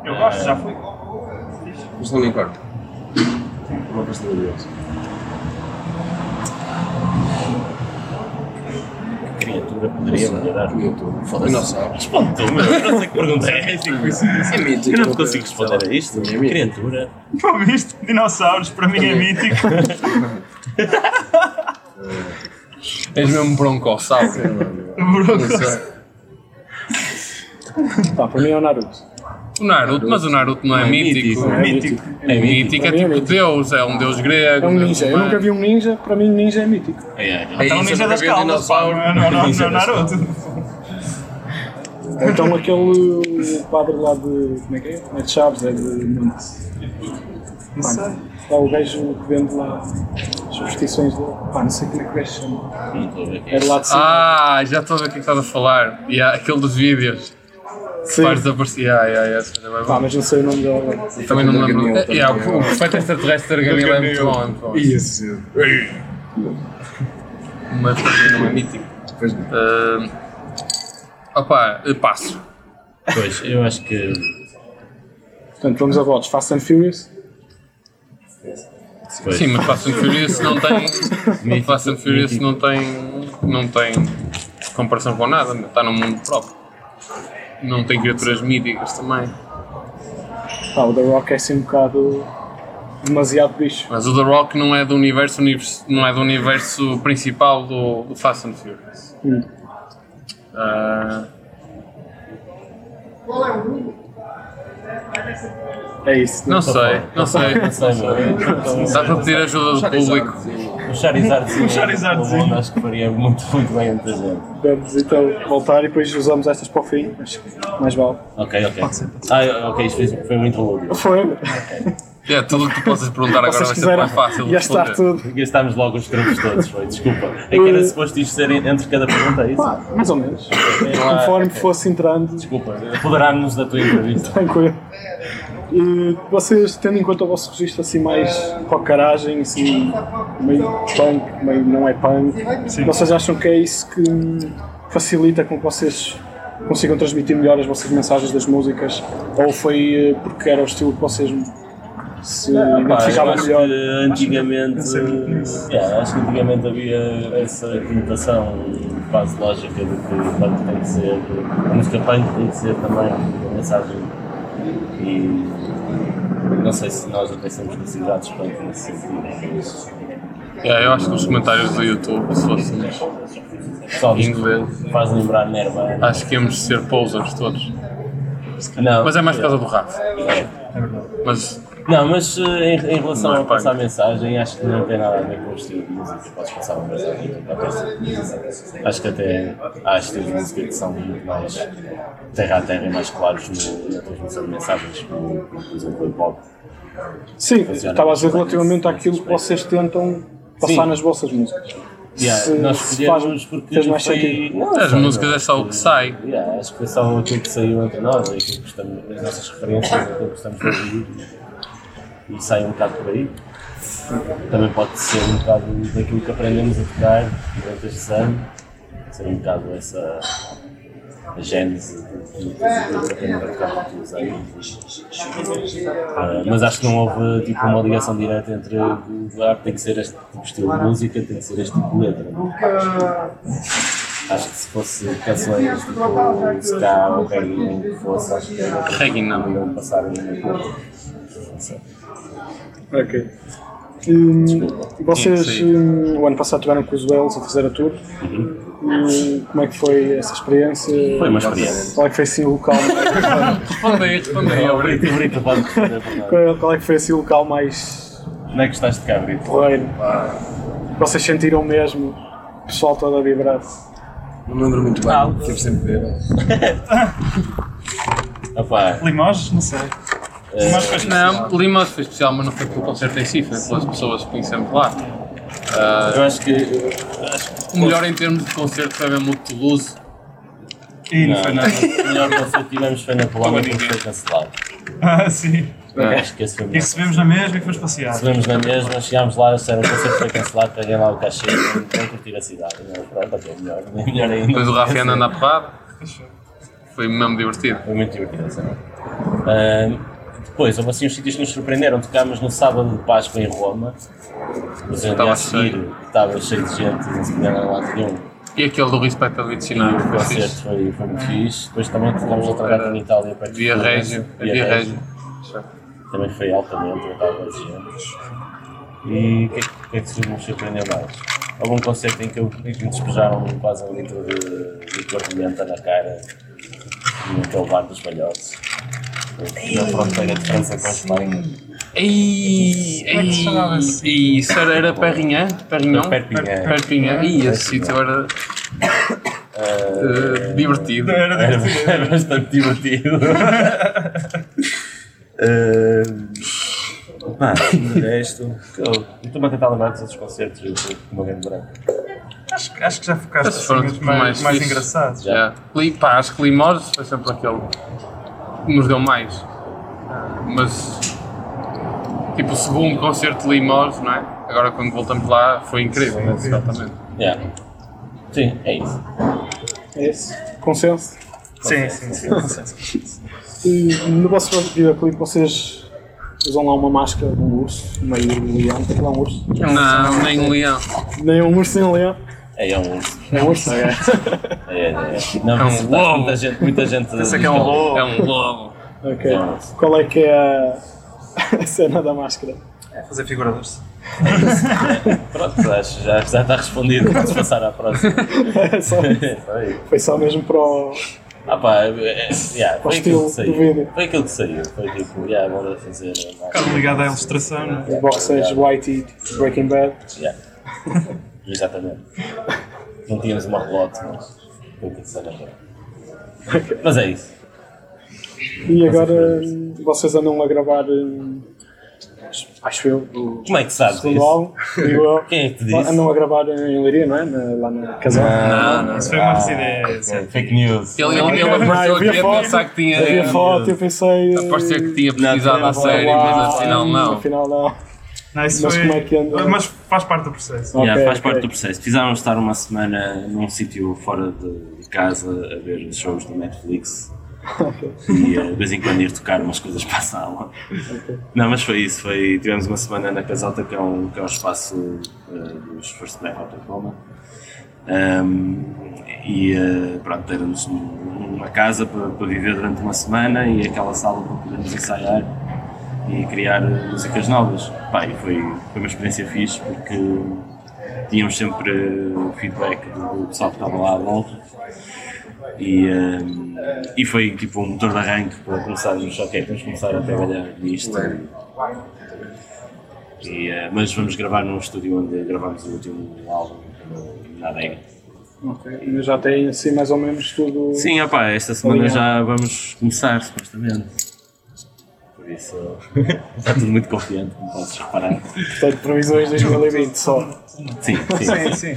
S4: Eu gosto, já fui.
S7: Mas não me importa. Uma questão de Deus.
S2: Que criatura poderia melhorar?
S7: Criatura.
S2: Foda-se.
S7: Dinossauro.
S2: Responde tu, meu. Eu não sei que pergunta é esta.
S7: É mítico.
S2: Eu não consigo responder a isto.
S7: É mítico.
S2: Criatura.
S4: Tu ouviste? Dinossauros, para mim é mítico.
S3: És mesmo um broncossauro.
S7: Não sei.
S1: Pá, para mim é o Naruto.
S3: O Naruto, mas o Naruto não é mítico.
S1: É mítico.
S3: É mítico, é
S1: Para mim
S3: tipo Deus, é um Deus grego.
S1: É um
S3: Deus
S1: ninja. Eu
S3: romano.
S1: nunca vi um ninja, para mim ninja é mítico.
S2: É, é, é.
S7: É
S4: Então o
S7: isso, eu
S4: Ninja
S7: nunca
S4: das
S7: vi um
S4: Caldas, pá.
S7: dinossauro.
S4: Não, é? não, não,
S2: Ninja
S4: não,
S2: das
S4: Naruto.
S1: Então aquele padre lá de. Como é que é? Não é de Chaves, é de Monte.
S4: Não sei.
S1: Lá o gajo que vende lá as superstições dele. Pá, não sei como é que o gajo se chama.
S2: Não estou a ver.
S1: Era lá de cima.
S3: Ah, já estou a ver o que é que estás a falar. E há aquele dos vídeos.
S1: Sim.
S3: Faz desaparecer. Ah, yeah, yeah, esse vai
S1: Pá,
S3: bom.
S1: mas não sei o nome dele agora.
S3: Também não me lembro.
S7: Gargamel,
S3: É, yeah,
S7: também.
S3: o o perfeito extraterrestre de Gargamel é muito bom. é muito bom.
S7: Isso.
S3: Mas para mim não é mítico.
S7: Pois não.
S3: Ah, Opa, eu passo.
S2: Pois, eu acho que.
S1: Portanto, vamos a votos. Fast and Furious.
S2: Pois,
S3: Sim, mas Fast and Furious não tem. Fast and Furious não tem. Não tem comparação com nada, meu. está num mundo próprio. Não tem criaturas míticas também.
S1: Pá, o The Rock é assim um bocado. demasiado bicho.
S3: Mas o The Rock não é do universo, univers- não é do universo principal do, do Fast and Furious.
S1: Hum.
S3: Ah,
S1: É isso.
S3: não sei, não sei.
S2: Não sei, meu.
S1: É
S3: Dá para pedir ajuda do
S7: Já disse
S3: público.
S7: antes,
S2: Charizardzinho.
S4: Um Charizardzinho.
S2: no mundo, Acho que faria muito, muito bem a muita gente.
S1: Vamos então voltar e depois usamos estas para o fim. Acho que mais vale.
S2: Ok, ok. Ah, ok, isto foi- foi muito louco.
S1: Foi.
S3: É, tudo o que tu possas perguntar agora
S1: Vocês
S3: vai ser
S1: quiseram
S3: mais fácil. de
S1: gastar
S3: responder.
S1: tudo.
S2: Gastámos logo os truques todos, foi, desculpa. É que era suposto isto ser entre cada pergunta, é isso?
S1: Pá, mais ou menos.
S2: Tem lá-
S1: Conforme
S2: ok,
S1: fosse entrando,
S2: Desculpa, apoderámos-nos da tua entrevista.
S1: tranquilo. E vocês, tendo em conta o vosso registro assim mais rockaragem, assim, meio punk, meio não é punk, vocês acham que é isso que facilita com que vocês consigam transmitir melhor as vossas mensagens das músicas? Ou foi eh, porque era o estilo que vocês se
S2: Pá, eu
S1: identificavam
S2: acho
S1: melhor?
S2: que antigamente, yeah, acho que antigamente havia essa conotação quase lógica de que o punk tem que ser, a música punk tem que ser também uma mensagem e não sei se nós até somos considerados punk nesse sentido.
S3: É, eu acho que os comentários do YouTube, se fossem
S2: Só
S3: em inglês,
S2: faz lembrar Nirvana.
S3: acho que íamos ser posers todos.
S2: Não,
S3: Mas é mais por causa do Rafa. Mas
S2: Não, mas eh, em, em relação
S3: Não é
S2: a passar
S3: punk.
S2: mensagem, acho que não tem nada a ver com o estilo de música. Podes passar uma mensagem. que não parece. Acho que até há estilos de música que são muito mais terra a terra e mais claros no- na transmissão de mensagens, como por exemplo o hip hop.
S1: Sim,
S2: Funciona
S1: estava a dizer
S2: bastante
S1: relativamente
S2: nesse
S1: àquilo que
S2: aspecto.
S1: vocês tentam passar
S2: é. Sim.
S1: nas vossas músicas.
S2: Yeah,
S1: Se-
S2: nós
S1: se faz-
S2: escolhemos porque
S1: fez mais
S2: foi...
S1: sentido.
S2: Não,
S3: as
S2: sei,
S3: músicas
S2: não.
S3: é só o que sai.
S2: Yeah, acho que foi só aquilo que saiu entre nós, aquilo que estamos, as nossas referências, aquilo que estamos a ouvir. E sai um bocado por aí. Também pode ser um bocado daquilo que aprendemos a tocar durante este ano. Ser um bocado essa a gênese do que aprendemos a tocar durante os anos. Ah, mas acho que não houve tipo, uma ligação direta entre o arte tem que ser este tipo de estilo de música, tem que ser este tipo de letra. Acho que se fosse canções tipo ska ou reggae ou o que fosse, acho que era
S3: Reggae não.
S2: iam passar a mesma coisa. Não sei.
S1: Ok. Hum, vocês
S3: Sim,
S1: hum, o ano passado tiveram com os Wells a fazer a tour. Hum, como é que foi essa experiência?
S2: Foi uma experiência.
S1: Qual é que foi assim o local mais,
S3: Responde aí, responde aí.
S2: É O Brito, o Brito pode responder por nós.
S1: qual, qual é que foi assim o local mais
S2: Onde é que gostaste de cá, Brito?
S1: porreiro? Vocês sentiram mesmo o pessoal todo a vibrar?
S7: Não me lembro muito bem. Tive sempre bêbado.
S2: Opa,
S4: Limoges? Não sei. Limoges faz
S3: Não, Lima foi especial, mas não foi pelo concerto em si, foi pelas pessoas que conhecemos lá. Ah,
S2: eu acho que. Acho que
S3: o melhor em termos de concerto foi mesmo o de Toulouse.
S4: E não
S2: não,
S4: foi
S2: não,
S4: nada.
S2: o melhor concerto que tivemos foi na Polónia, mas foi cancelado.
S4: Ah, sim.
S2: Acho que esse foi o
S4: E
S2: melhor.
S4: recebemos na mesma e fomos passear.
S2: Recebemos na mesma, chegámos lá, disseram que o concerto foi cancelado, peguei lá o cachê, vem curtir a cidade. E nós, Pronto, ok, melhor, melhor ainda.
S3: Depois o Rafa anda na porrada. Foi mesmo divertido.
S2: Foi É muito divertido essa noite. Ahm, depois, houve assim uns sítios que nos surpreenderam. Tocámos no sábado de Páscoa em Roma. Mas eu
S3: Estava
S2: a seguir estava cheio de gente, não se podia andar lá nenhum.
S3: E aquele do Respect a Vicino,
S2: O
S3: foi
S2: concerto
S3: fixe.
S2: foi, foi muito fixe. Depois também tocámos outra data na Itália. perto de
S3: Via
S2: Florença,
S3: Régio. é Via Régio.
S2: Também foi altamente, estava de gente. E o que, é que- o que é que se nos surpreendeu mais? Houve um concerto em que eu, em que me despejaram quase um litro de, de cor de menta na cara naquele bar dos palhotes. Na fronteira de França com a Espanha.
S3: Ei, ei, ei, isso era, era Perrinhã? Perrinhão?
S2: Perpignan.
S3: Perpinha. Ih, esse sítio era eh, divertido.
S4: Era
S2: Era,
S4: divertido.
S2: era bastante divertido. Ahm, pá, de resto. eu- eu Estou-me a tentar lembrar dos outros concertos, eu estou com uma grande branca.
S4: Acho, que- acho que já focaste
S3: Esses foram
S4: assim,
S3: os
S4: nos mais,
S3: mais
S4: mais
S3: fixes.
S4: engraçados.
S3: Já. Li- Pá, acho que Limores foi sempre aquele que nos deu mais. Eh, Mas, tipo, o segundo concerto de Limores, não é? Agora quando voltamos lá foi incrível, exatamente.
S2: Yeah. Sim, é isso.
S1: É esse? Consenso?
S4: Sim, sim, sim. com certeza.
S1: E no vosso videoclipe vocês usam lá uma máscara de um urso, meio leão, tem lá um urso.
S4: É
S3: Não, nem um leão.
S1: Nem um urso nem um leão.
S2: É, é um urso.
S1: É um urso.
S2: É, é, é. Não,
S3: É um
S2: mas tá-
S3: lobo.
S2: muita gente. Muita gente
S4: Pensa que é um lobo.
S3: É um lobo.
S1: Ok.
S2: É um urso.
S1: Qual é que é a- a cena da máscara?
S4: É fazer figuradores.
S2: Pronto, acho, é um já, já está respondido. Podes passar à próxima.
S1: É só-
S2: Foi.
S1: foi só mesmo para o.
S2: Ah pá, é, é, yeah, foi aquilo que
S1: Hostil,
S2: saiu.
S1: duvido.
S2: Foi aquilo que saiu. Foi tipo, yeah, bora fazer.
S4: Um bocado ligado à ilustração. não é?
S1: Os boxers Whitey Breaking Bad.
S2: Yeah. Exatamente. Não tínhamos uma relote, mas nunca se sabe. Mas é isso.
S1: E agora hum, vocês andam a gravar, hum, acho eu, o
S2: Como é que sabes
S1: segundo
S2: isso?
S1: álbum. Ah, digo eu.
S2: Quem é que te disse?
S1: Andam a gravar em Leiria, não é? Na- lá na casa.
S3: Ah.
S2: Não, não.
S4: Isso foi uma residência.
S2: Fake news.
S3: Ele, ele, ele
S1: Ah, eu
S3: apareceu
S1: vi a
S3: aqui a
S1: foto.
S3: pensar que tinha.
S1: Eu vi a foto e eu pensei.
S3: Parecia que tinha precisado à
S2: Não,
S1: eh,
S3: série,
S1: uau,
S3: mas afinal não.
S1: Afinal não.
S4: Não, isso
S1: Mas
S4: foi-
S1: como é que anda?
S4: Mas faz parte do processo.
S2: Yeah,
S1: Ok,
S2: faz parte
S1: ok.
S2: do processo. Precisaram estar uma semana num sítio fora de de casa a ver shows do Netflix e eh, de vez em quando ir tocar umas coisas para a sala. Não, mas foi isso. Foi, tivemos uma semana na Casota, que é um, que é um espaço eh, dos First Black Out of Roma. Um, e eh, pronto, deram-nos um- uma casa para, para viver durante uma semana e aquela sala para podermos ensaiar e criar eh, músicas novas. Pá, e foi, foi uma experiência fixe porque tínhamos sempre eh, feedback do do pessoal que estava lá à volta e, eh, e foi tipo um motor de arranque para começarmos, ok, vamos começar a trabalhar nisto. E, eh, mas vamos gravar num estúdio onde gravámos o último álbum eh, na Adega.
S1: Ok, Já tem assim mais ou menos tudo.
S2: Sim, opá, esta semana
S1: Obrigado.
S2: já vamos começar, supostamente. Por isso, está tudo muito confiante, como podes reparar.
S1: Portanto, previsões 2020 só.
S2: Sim, sim.
S4: Sim,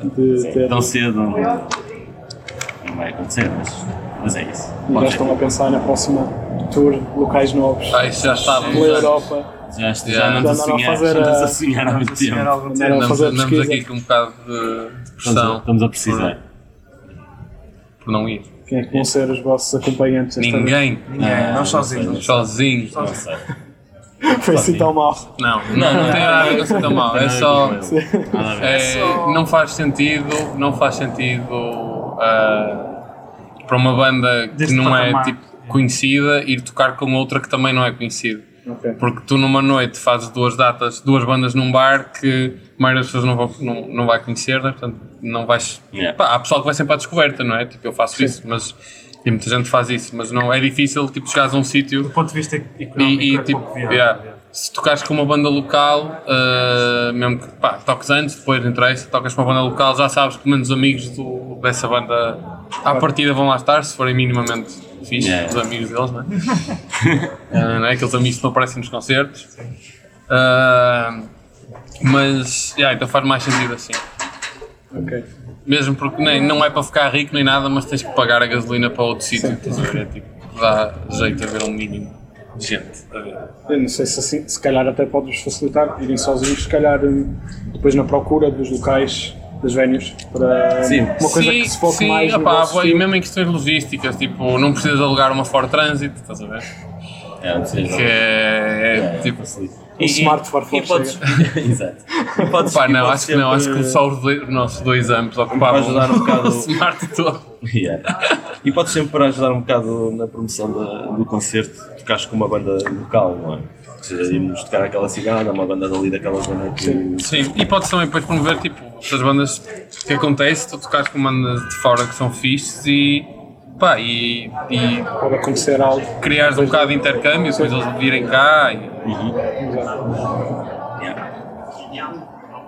S1: De
S3: Então,
S1: ter,
S2: Tão cedo não, não vai acontecer, mas, mas é isso.
S1: já estão a pensar na próxima tour, locais novos,
S3: Ah, isso já estava.
S1: pela
S3: Já,
S1: Europa.
S2: Já, já, já andamos a
S1: Já andaram a
S2: sonhar, já
S1: fazer
S2: andamos
S1: a-
S2: a sonhar há muito tempo.
S4: Senhor algum tempo.
S1: Andaram a
S3: andamos,
S1: fazer
S3: andamos
S1: pesquisa.
S3: aqui com um bocado de
S2: Estamos a,
S3: pressão
S2: estamos a precisar.
S3: por, por não ir.
S1: Quem é que vão ser os vossos acompanhantes? esta vez?
S3: Ninguém.
S4: Ninguém, não sozinhos.
S3: Sozinho.
S2: Não sei.
S1: Foi assim tão mal.
S3: Não, não, não tem nada a ver com isso tão mal. É só.
S2: Nada a ver.
S3: é, não faz sentido, não faz sentido ah, para uma banda que
S4: Deste
S3: não é
S4: patamar.
S3: tipo, conhecida ir tocar com outra que também não é conhecida.
S1: Ok.
S3: Porque tu numa noite fazes duas datas, duas bandas num bar que a maioria das pessoas não, vão- não, não vai conhecer, né? portanto não vais.
S2: Yeah.
S3: Pá, há pessoal que vai sempre à descoberta, não é? Tipo, eu faço isso, mas e muita gente faz isso, mas não é difícil tipo, chegares a um sítio
S4: Do ponto de vista
S3: e,
S4: económico,
S3: e,
S4: é
S3: tipo,
S4: pouco viável.
S3: yeah, se tocares com uma banda local, ah, mesmo que pá, toques antes, depois não interessa, tocas com uma banda local, já sabes que pelo menos os amigos do- dessa banda à partida vão lá estar, se forem minimamente fixe,
S2: Yeah.
S3: os amigos deles, não é? Ah, não é? Aqueles amigos que não aparecem nos concertos. Ah, mas, yeah, então faz mais sentido assim.
S1: Ok.
S3: Mesmo porque nem, não é para ficar rico nem nada, mas tens que pagar a gasolina para outro sítio, estás a ver? É tipo, dá jeito a ver um mínimo de gente a ver.
S1: Eu não sei se assim, se calhar até pode-vos facilitar irem sozinhos, se calhar hum, depois na procura dos locais, dos venues, para
S2: Sim.
S1: uma coisa que se foque
S3: sim,
S1: mais no
S3: opá,
S1: vosso
S3: e
S1: estilo.
S3: mesmo em questões logísticas, tipo, não precisas alugar uma Ford Transit, estás a ver?
S2: É, não sei.
S3: Que é, é, tipo.
S2: E-
S1: Um
S2: e-
S1: smart for
S2: E
S1: força.
S2: podes. Exato. E podes.
S3: Pá,
S2: e
S3: não,
S2: podes
S3: acho que não, acho
S2: sempre-
S3: que só os dois- nossos dois anos ocupavam
S2: Para ajudar um bocado-
S3: o smart todo.
S2: Yeah. E podes sempre ajudar um bocado na promoção da- do concerto, tocares com uma banda local, não é? Ou seja, Íamos tocar aquela cigana, uma banda dali daquela zona que.
S3: Sim, e podes também depois promover, tipo, outras bandas que acontece, tu tocares com bandas de fora que são fixes e. pá, e. e
S1: Pode acontecer algo.
S3: criares um bocado de intercâmbio, depois eles virem cá e.
S2: Yeah.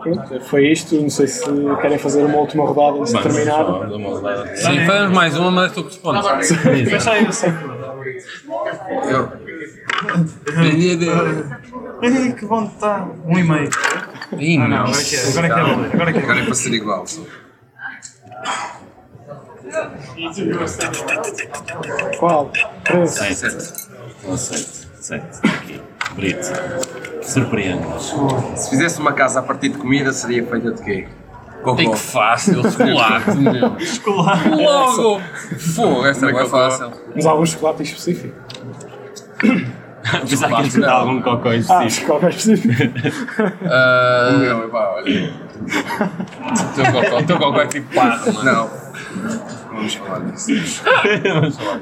S1: Pronto, Foi isto, não sei se querem fazer uma última rodada antes de
S2: Vamos,
S1: terminar.
S2: só dar uma rodada.
S3: Sim, fazemos mais uma, mas tu respondes.
S4: Fecha aí o círculo. Ai, que bom está. Um e meio.
S3: Ih,
S4: Ah, não,
S3: não.
S4: agora é que é. Agora é que é valer. Agora é que é
S7: Agora é
S4: valer.
S7: para ser igual. só.
S1: Qual? 13.
S2: Sete. Ou sete. Sete. Aqui. Brito. Surpreende-nos.
S7: Se fizesse uma casa a partir de comida, seria feita de quê?
S3: Ei,
S7: Cocô.
S3: que fácil, chocolate, meu.
S4: Escolar.
S3: Logo! Fogo, esta
S7: Como é
S3: é
S7: que eu vou?
S3: fácil.
S1: Mas há algum chocolate em específico?
S2: Apesar que isto dá algum cocó em
S1: Ah,
S2: específico.
S1: chocolate em específico.
S3: Ah,
S7: Não, epá, olha.
S3: o teu cocó- O teu cocó é tipo parro, mano.
S7: Não. Vamos falar disso.
S2: Vamos falar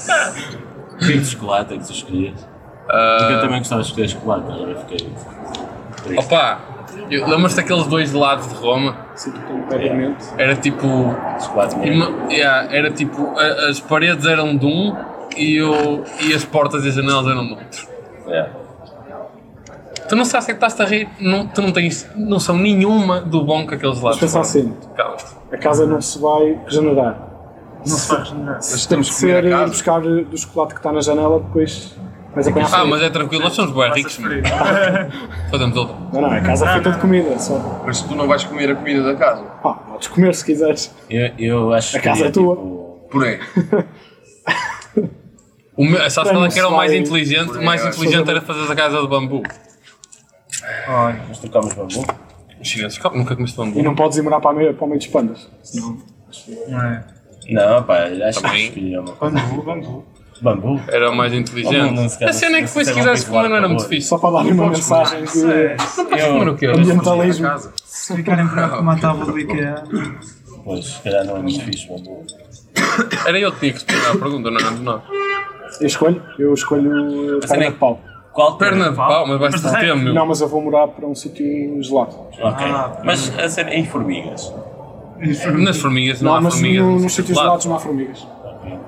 S2: disso. Que de chocolate é que tu escolhias? Porque eu também gostava de escolher chocolate, agora fiquei.
S3: Opa, eu- lembras-te daqueles dois lados de Roma?
S1: Sinto completamente.
S3: Era tipo.
S2: Chocolate mesmo.
S3: ima- yeah, era tipo. a- as paredes eram de um e, o, e as portas e as janelas eram do outro.
S2: É.
S3: Tu não sabes o que é que estás a rir, não, tu não tens noção nenhuma do bom que aqueles lados.
S1: Mas pensa assim,
S3: Cala-te.
S1: a casa não se vai regenerar.
S4: Não se vai regenerar.
S7: Mas temos que
S1: Se
S7: comer
S1: ir
S7: a casa.
S1: eh, buscar do chocolate que está na janela, depois vais apanhar
S3: Ah,
S1: frio.
S3: mas é tranquilo, nós somos bem ricos. meu. Fazemos outra.
S1: Não, não, a casa
S3: Ah,
S1: é feita de comida, só.
S7: Mas tu não vais comer a comida da casa.
S1: Pá, podes comer se quiseres.
S2: Eu, eu acho
S1: A casa
S2: que.
S1: é tua.
S2: Tipo,
S7: Porém,
S3: O meu, sabes
S1: Bem,
S3: qual é
S1: não
S3: que era o
S1: se
S3: mais
S1: vai-
S3: inteligente? O mais inteligente era fazer a casa de bambu.
S2: tipo, nós trocámos bambu.
S3: Os chineses, como nunca comeste
S1: E
S3: bambu.
S1: não podes ir morar para, a meia, para o meio dos pandas.
S4: Não é?
S2: Não, pá, acho
S3: Também.
S2: que escolhi uma coisa.
S4: Bambu, bambu.
S2: Bambu?
S3: Era o mais
S2: Não, não, não,
S3: inteligente.
S2: se calhar
S3: A cena
S2: não
S3: é que
S2: se
S3: foi se
S2: fizeram
S3: quiseres
S2: bem
S3: comer não era
S2: guardar
S3: muito
S2: bambu.
S3: fixe.
S1: Só para dar uma mensagem de
S3: Ah, é- Não podes comer o quê?
S1: ambientalismo.
S4: É, Se ficarem por com uma tábua do IKEA.
S2: Pois, se calhar não é muito fixe, bambu.
S3: Era eu que tinha que responder à pergunta, não era de nós.
S1: Eu escolho? Eu escolho eh, perna de pau.
S2: Qual
S3: Perna de pau, mas vais-te ter, meu.
S1: Não, mas eu vou morar para um sítio gelado.
S2: Ok.
S4: Ah,
S2: mas a cena em formigas.
S3: Nas formigas não,
S1: Não,
S3: há
S1: mas
S3: formigas.
S1: no,
S3: não
S1: nos
S3: sei
S1: sítios
S3: lá.
S1: gelados não há formigas.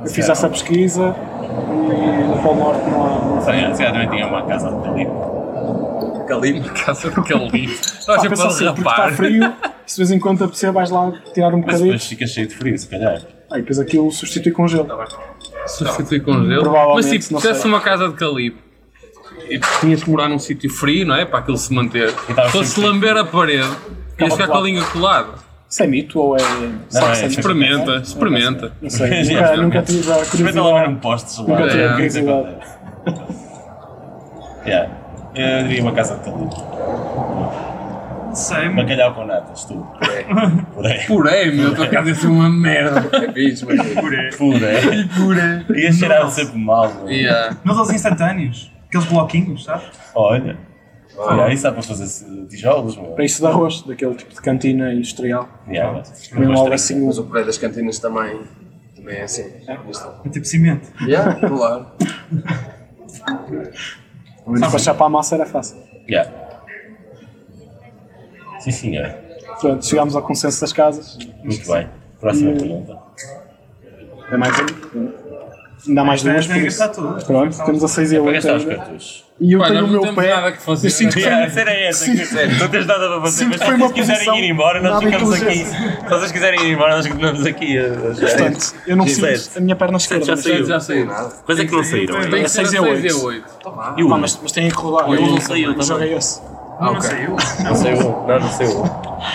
S1: Eu
S2: Se
S1: fiz
S2: calhar-
S1: essa pesquisa e no Polo Norte não há. não há
S2: Se calhar se calhar também tinha uma casa de calipo.
S7: calibre.
S3: Casa do Calito. Estás
S1: Pá,
S3: sempre
S1: pensa
S3: a
S1: assim, porque está
S3: é rapar.
S1: frio, se de vez em quando apetecer vais lá tirar um
S2: Mas
S1: bocadinho,
S2: depois fica cheio de frio, se calhar.
S1: aí depois aquilo substitui com gelo.
S3: Substitui com gelo. Mas
S1: Provavelmente,
S3: tipo, se
S1: não
S3: tivesse
S1: sei.
S3: uma casa de calipo e tinhas que morar num sítio frio, não é? Para aquilo se manter.
S2: tava
S3: Todo se
S2: sempre-
S3: lamber a parede, ias ficar com a língua colada.
S1: Isso é mito ou é.
S2: Não, é-
S3: Experimenta, experimenta.
S1: Não sei, nunca, nunca tive a
S2: Experimenta lá ver um
S1: curiosidade.
S2: poste
S1: Nunca
S2: gelado.
S1: tive a
S3: Yeah.
S1: curiosidade.
S2: Yeah. é, Eu diria uma casa de calipo.
S4: Não sei, mas
S2: Bacalhau com natas, tudo. Puré.
S3: Purei, meu, tua casa ia ser uma merda.
S7: É bicho, mas é
S4: purê.
S2: Puré.
S4: Purê.
S2: Ia cheirar sempre mal. é? meu.
S3: Yeah.
S4: Mas aos instantâneos. Aqueles bloquinhos, sabes?
S2: Olha. Olha, isso dá para fazer tijolos, meu.
S1: Para isso de arroz, daquele tipo de cantina industrial.
S2: Yeah.
S1: Comi logo assim
S7: Mas o
S1: um.
S7: puré das cantinas também, também é assim. Isto-
S4: É tipo cimento.
S7: Yeah, claro.
S1: Só para chapar a massa era fácil.
S2: Yeah. Sim, senhor.
S1: Pronto, chegámos ao consenso das casas.
S2: Muito bem. Próxima pergunta.
S1: É mais um. Ainda há mais duas
S4: Mas tem
S1: por
S4: que
S1: isso.
S4: gastar tudo.
S1: Pronto, temos a 6 e a
S2: É Para
S1: 8
S2: gastar os
S1: ainda.
S2: cartuchos.
S1: E eu
S3: Pá,
S1: tenho
S3: nós
S1: o
S3: não
S1: meu
S3: temos nada
S1: pé.
S3: que fazer.
S1: Eu sinto que
S2: Yeah, a cena é essa, que não tens nada para fazer,
S1: Sinto
S2: mas
S1: que foi
S2: se
S1: uma
S2: vocês quiserem
S1: posição
S2: ir embora, nós
S1: nada
S2: ficamos aqui.
S1: inteligente.
S2: Se vocês quiserem ir embora, nós continuamos aqui. a- a-
S1: Portanto, eu não sinto a minha perna esquerda.
S2: é Já
S1: mas-
S2: saiu.
S3: Já saiu.
S2: Coisa que não saíram.
S3: Tem
S1: É
S3: que ser a
S1: seis e oito.
S3: 6 e 8.
S2: E o
S1: Pá,
S2: Uno?
S1: mas, mas tem que rodar.
S2: Eu não tá sei, eu
S1: O jogo é esse.
S7: Ah, ok.
S2: Não saiu. um, Não, não saiu.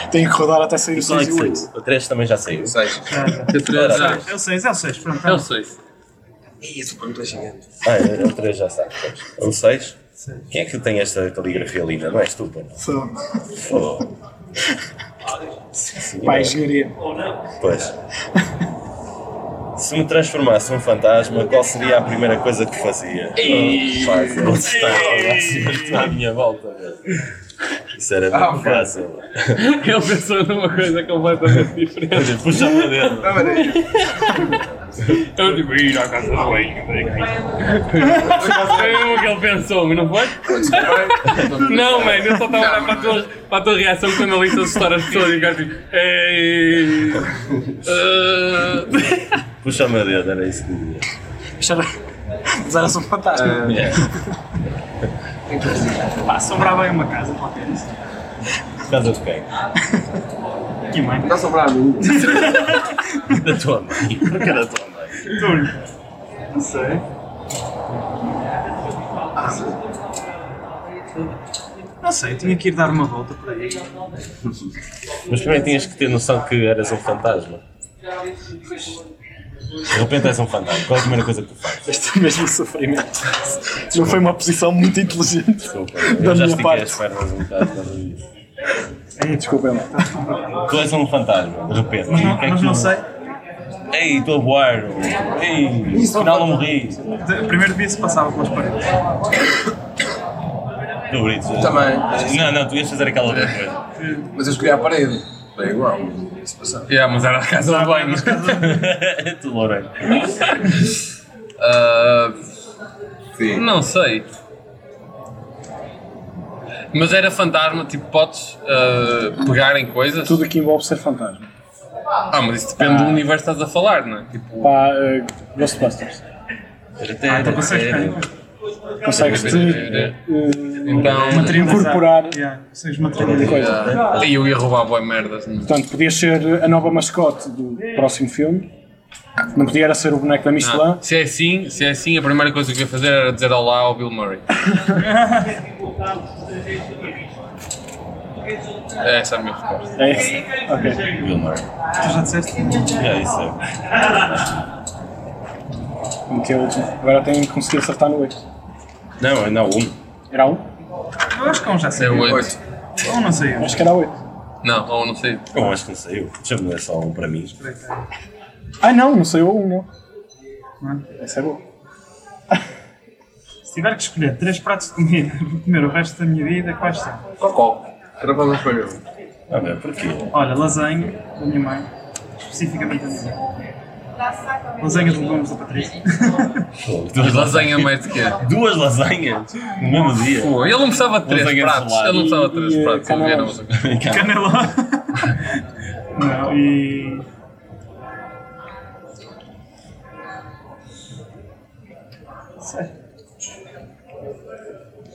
S1: Tem que rodar até sair o
S2: Qual é
S1: 6
S2: que
S1: e 8.
S2: saiu? O 3 também já saiu.
S7: Seis.
S3: Já.
S4: É o 6, é o 6. Pronto,
S3: É
S4: é
S3: o
S4: o 6.
S3: 6.
S7: Ih, Isso, como estou chegando.
S2: Ah, é, o 3 já sabe. pois. O 6? Quem é que tem esta caligrafia linda? Não és tu, pô. Fogo.
S1: Pá, engenharia.
S2: Pois. Se me transformasse num fantasma, qual seria a primeira coisa que fazia? Fácil. Vou testar logo assim, à minha volta. velho. Isso era tipo muito fácil.
S3: Ele pensou numa coisa completamente diferente.
S2: Olha, Puxa para dentro.
S3: Eu digo, ir à casa do banho. Foi mesmo o que ele pensou, mas não foi? Não, mano, eu só estava a olhar para a tua, para a tua reação quando ele disse assustar as pessoas e ficar tipo, ei. ah."
S2: Puxa para dentro, era isso que dizia.
S1: Mas era só um
S4: É.
S1: fantasma.
S4: Pá, sobrava Ah, aí uma casa qualquer.
S2: Casa de quem?
S4: Que mãe.
S7: Está a sobrar a mim.
S2: Da tua mãe. Porque da tua mãe.
S4: Não sei. Ah. Não sei, tinha que ir dar uma volta por aí.
S2: Mas primeiro tinhas que ter noção que eras um fantasma. De repente és um fantasma. Qual é a primeira coisa que tu fazes?
S1: Este mesmo sofrimento. Não foi uma posição muito inteligente.
S2: Desculpa,
S1: Da
S2: eu já
S1: minha
S2: estiquei
S1: parte.
S2: as pernas um bocado quando disse.
S1: Ai, Desculpem lá.
S2: Tu és um fantasma, de repente.
S4: Mas não,
S2: O que é que
S4: mas
S2: tu-
S4: não sei.
S2: Ei, estou a voar. Ei, afinal não morri.
S4: De- Primeiro dia se passava pelas paredes.
S2: Tu Brito,
S7: Também.
S2: Não, não, tu ias fazer aquela outra coisa.
S7: Mas eu escolhi a parede. Bem igual. Se passar.
S3: Yeah, mas era a casa do banho.
S2: tu, Lourenço.
S3: Ah,
S7: Sim.
S3: Não sei. Mas era fantasma, tipo, podes ah, pegar em coisas?
S1: Tudo o que envolve ser fantasma.
S3: Ah, mas isso depende do universo que estás a falar, não é? Tipo,
S1: Pá, eh, Ghostbusters.
S3: É.
S4: Ah, então consegues
S1: Consegues-te eh,
S3: Então-
S1: incorporar.
S4: Yeah, vocês materializam.
S3: Ah, E eu ia roubar boi merdas. não.
S1: Portanto, podia ser a nova mascote do próximo filme. Não podia era ser o boneco da Michelin.
S3: Se é assim, se é assim, a primeira coisa que eu ia fazer era dizer olá ao Bill Murray. Essa é a minha resposta.
S1: É esse? Ok.
S2: Gilmore.
S4: Tu já disseste?
S2: É isso é.
S1: Meti a última. Agora tenho que conseguir acertar no 8.
S2: Não, é na 1.
S1: Era um? a 1?
S4: Eu acho que é um já
S3: É
S4: saiu.
S3: o
S4: Ou
S3: oito.
S4: não saiu.
S1: Acho que era a 8.
S3: Não, ou não sei.
S2: Eu acho que não saiu. Deixa-me ler só um para mim.
S1: Ah não, não saiu a 1, não.
S4: Não.
S1: Essa é boa.
S4: Se tiver que escolher três pratos de comida para comer o resto da minha vida, quais são?
S7: Cocó. Era para não escolher um.
S2: Ah, bem, porquê?
S4: Olha, lasanha da minha mãe, especificamente da minha mãe. Lasanha de legumes da Patrícia.
S2: Pô, Duas
S3: Lasanha mais é. de quê?
S2: Duas lasanhas no mesmo dia.
S3: Pô, ele não precisava de três
S2: Lasanha
S3: pratos.
S2: isolada.
S3: Ele não precisava de três
S1: E, e,
S3: pratos. Como vieram
S1: canelões.
S4: Canelão. Não, e. Sei.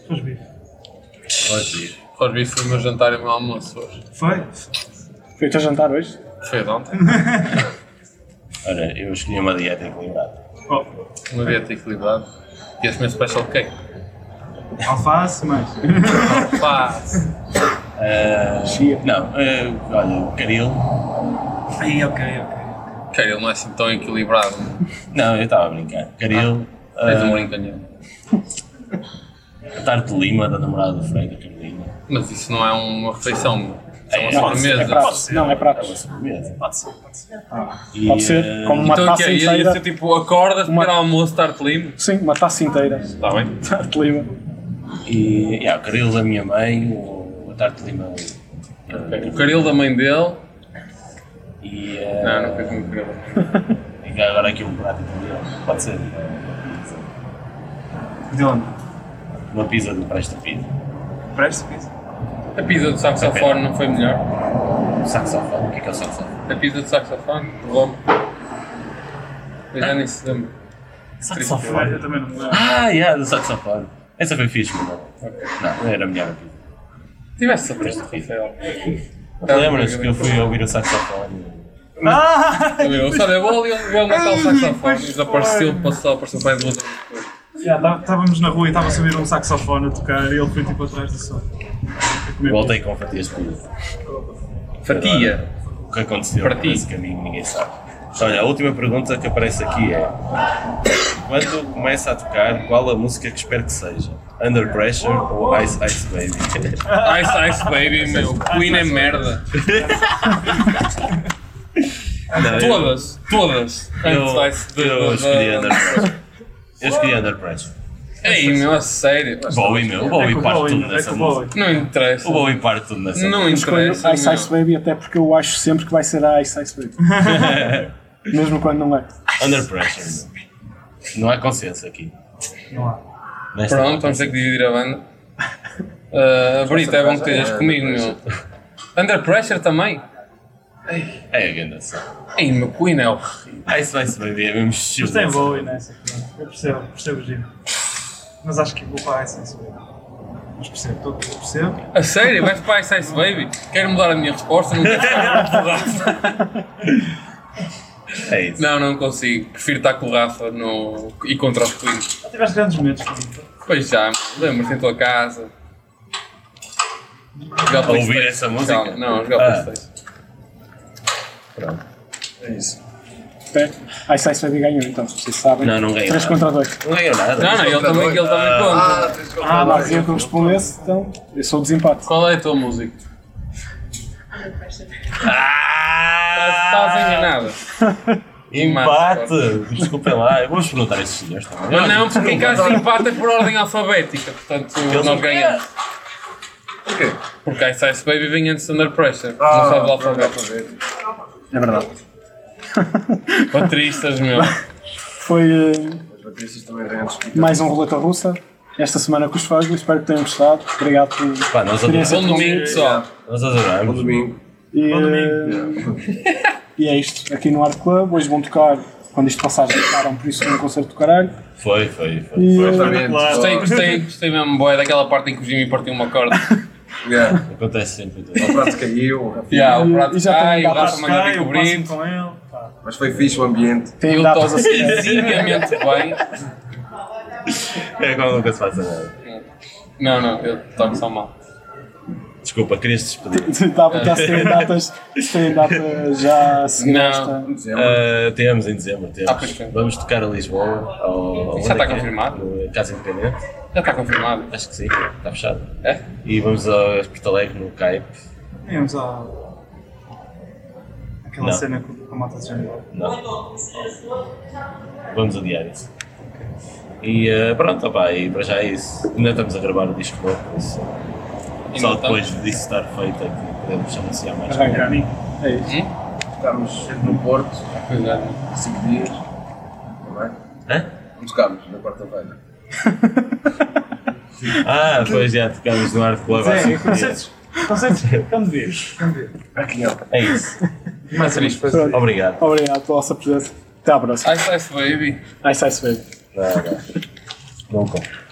S4: Pois bem.
S2: Hoje.
S3: Rosbi foi o meu jantar e o meu almoço hoje.
S4: Foi?
S1: Foi o teu jantar hoje?
S3: Foi de ontem.
S2: Ora, eu escolhi uma dieta equilibrada.
S4: Oh,
S3: Uma dieta equilibrada. E esse meu special cake.
S4: alface, mas.
S3: Faz.
S2: Ah,
S1: Chia.
S2: não, ah, olha, o caril.
S4: Aí, ok, ok.
S3: Cara, ele não é assim tão equilibrado.
S2: Não, eu estava a brincar. Caril.
S3: És um
S2: ah,
S3: brincanhão.
S2: a tarte de lima da namorada do Freire da Carolina.
S3: Mas isso não é uma refeição. meu. Isso é uma
S2: É, pode ser,
S1: É
S3: sobremesa.
S1: pratos. Não, é
S2: É uma
S1: pratos.
S2: sobremesa. Pode ser, pode ser. E,
S1: Pode ser.
S2: ah,
S1: Como uma
S3: Então o que
S1: taça
S3: é? Ia ia
S1: inteira.
S3: ser tipo, acordas,
S1: Uma-
S3: pegar almoço, tarte limo.
S1: Sim, uma taça inteira.
S2: Está bem?
S1: Tarte lima.
S2: E yeah, o caril da minha mãe, o- a tarte de limão.
S3: O caril da mãe dele.
S2: E,
S3: Não, não
S2: ah,
S3: fez muito caril.
S2: e agora aqui um prato italiano. Pode ser. eh,
S4: De onde?
S2: Uma pizza do Presta Pizza.
S4: Presta, pizza?
S3: A pizza do saxofone não foi melhor.
S2: Um saxofone. O que é que é o saxofone?
S3: A pizza do saxofone, é Roma. Eu já nem se lembro.
S4: Olha, eu também não me lembro.
S2: Ah, yeah, do saxofone. Essa foi fixe, mano. Não, não era a melhor pizza.
S3: Tiveste certeza, Rafael. Tá
S2: Lembras que eu fui ouvir o saxofone?
S4: Ah!
S3: Eu só eu vou ali ver o Natal tá saxofone e desapareceu, passou, apareceu para duas vezes.
S4: tá, Estávamos na rua e estava a subir um saxofone a tocar e ele foi tipo atrás do som. A comer
S2: Voltei com fatias de pizza.
S3: Fatia.
S2: O que aconteceu
S3: Para ti.
S2: nesse caminho ninguém sabe. Olha, a última pergunta que aparece aqui é: Quando começa a tocar, qual a música que espero que seja? Under Pressure ou Ice Ice Baby?
S3: Ice Ice Baby, meu. Queen é merda. Todas, todas.
S2: Eu,
S3: Antes Ice
S2: eu escolhi
S3: da-
S2: Under
S3: da.
S2: Pressure. Eu escolhi Under Pressure.
S3: Ei, meu, a sério.
S2: Bowie, meu. O
S4: pizza.
S2: Bowie
S4: É com o
S2: parte
S4: Bowie,
S2: tudo
S4: é
S2: nessa
S4: com o
S2: música.
S4: Bowie.
S3: Não interessa.
S2: O Bowie parte tudo nessa
S3: Não
S2: música.
S1: Escolho
S3: interessa.
S1: Ice Ice Baby até porque eu acho sempre que vai ser a Ice Ice Baby. Mesmo quando não é.
S2: Under Pressure, meu. Não há consenso aqui.
S4: Não há.
S2: Nesta
S3: Pronto, vamos ter que dividir a banda. Uh, Brito, é bom que estejas comigo, meu. Under Pressure também?
S2: É a grande ação.
S3: Ei, meu Queen é horrível.
S2: Ice Ice Baby é mesmo estilo.
S4: Mas tem
S2: dessa.
S4: Bowie nessa. pronto. Eu né? percebo, percebo o giro. Mas acho que vou para a Essence. Mas percebo, todo mundo percebe.
S3: A sério? Vais para Ice Ice Baby? Quero mudar a minha resposta, não quero estar com o Rafa.
S2: É isso.
S3: Não, não consigo. Prefiro estar com o Rafa no... e contra os Queen.
S4: Já tiveste grandes momentos comigo.
S3: Pois já, meu. lembras-te em tua casa. Jogar
S2: A ouvir
S3: PlayStation.
S2: essa música?
S3: Não, não, jogar
S2: Ah.
S3: Playstation.
S2: Pronto.
S1: É isso. Bem, Ice Ice Baby ganhou então, vocês sabem.
S2: Não, não ganhou
S1: 3
S2: nada.
S1: contra 2.
S2: Não ganhou nada.
S3: Não, não, ele também, ele também conta.
S4: Ah,
S1: Mas eu que respondesse, então eu sou o desempate.
S3: Qual é a tua música? Estás estás
S2: Ah!
S3: enganado.
S2: Empate! Desculpem lá, eu vou perguntar a esses senhores também.
S3: Mas não, porque em caso de empate é por ordem alfabética, portanto
S2: não
S3: nós ganhamos.
S7: Porquê?
S3: Porque Ice Ice Baby vem antes de Under Pressure, não sabe o
S7: Ah, não dá
S3: alfabeto.
S7: para ver.
S1: É verdade.
S3: Patristas, meu.
S1: Foi eh,
S7: Os bateristas também vêm antes de
S1: mais um Roleta Russa, esta semana com os Fugly. Espero que tenham gostado. Obrigado por
S2: Pá, nós
S1: Experiência.
S3: Bom
S2: adoramos.
S3: domingo, pessoal.
S2: Nós
S7: Bom
S2: adoramos.
S7: domingo.
S1: E, eh, e é isto, aqui no Art Club. Hoje vão tocar quando isto passar, gritaram por isso num concerto do caralho.
S2: Foi, foi, foi.
S1: E,
S2: foi.
S4: Claro.
S3: Gostei, gostei, gostei mesmo, boy, daquela parte em que o Jimmy partiu uma corda.
S7: Yeah.
S2: Acontece sempre. então.
S7: O prato caiu,
S3: Yeah, o
S1: E
S3: prato
S1: já
S3: cai,
S1: tem
S3: o
S1: um
S4: Passo
S3: Rafa manda
S4: cá, eu
S3: descobrir.
S4: passo com ele. pá.
S7: mas foi fixe o ambiente.
S1: Tem
S3: Ele
S1: datas
S3: tosa
S1: assim.
S3: fisicamente bem.
S2: É igual nunca se faz nada.
S3: Não, não, eu toco só mal.
S2: Desculpa, querias despedir.
S1: Dá para cá se tem datas, se tem datas já a seguir
S3: Não.
S1: esta.
S2: Ah, temos em dezembro, temos.
S3: Ah, pois tem.
S2: Vamos tocar a Lisboa. Ao,
S3: Isso
S2: onde é
S3: já está
S2: que é?
S3: confirmado?
S2: No Casa Independente.
S3: Já está confirmado.
S2: Acho que sim, está fechado.
S3: É?
S2: E vamos a Porto Alegre no Caipe.
S4: Íamos à. Aquela
S2: Não.
S4: cena com com a Mata de Janeiro.
S2: Não. Vamos adiar isso. E eh, pronto, opá, e para já é isso. Ainda estamos a gravar o disco novo, por isso.
S3: Ainda
S2: Só
S3: estamos.
S2: depois disso estar feito é que podemos anunciar mais.
S1: Arrancar. É isso.
S7: Tocámos no Porto,
S3: Pois é, não.
S7: há 5 dias. Não é?
S2: Hã?
S7: Não tocámos na quarta-feira.
S2: Ah, pois já tocámos no Art Club há
S4: Zé,
S2: cinco dias.
S4: concertos. Concertos, quando vês? Quando vês?
S2: É isso.
S3: Mas seria isso.
S2: Obrigado.
S1: Obrigado pela vossa presença. Até à próxima.
S3: Ice Ice Baby.
S1: Ice Ice Baby.
S2: Não, não. Nunca.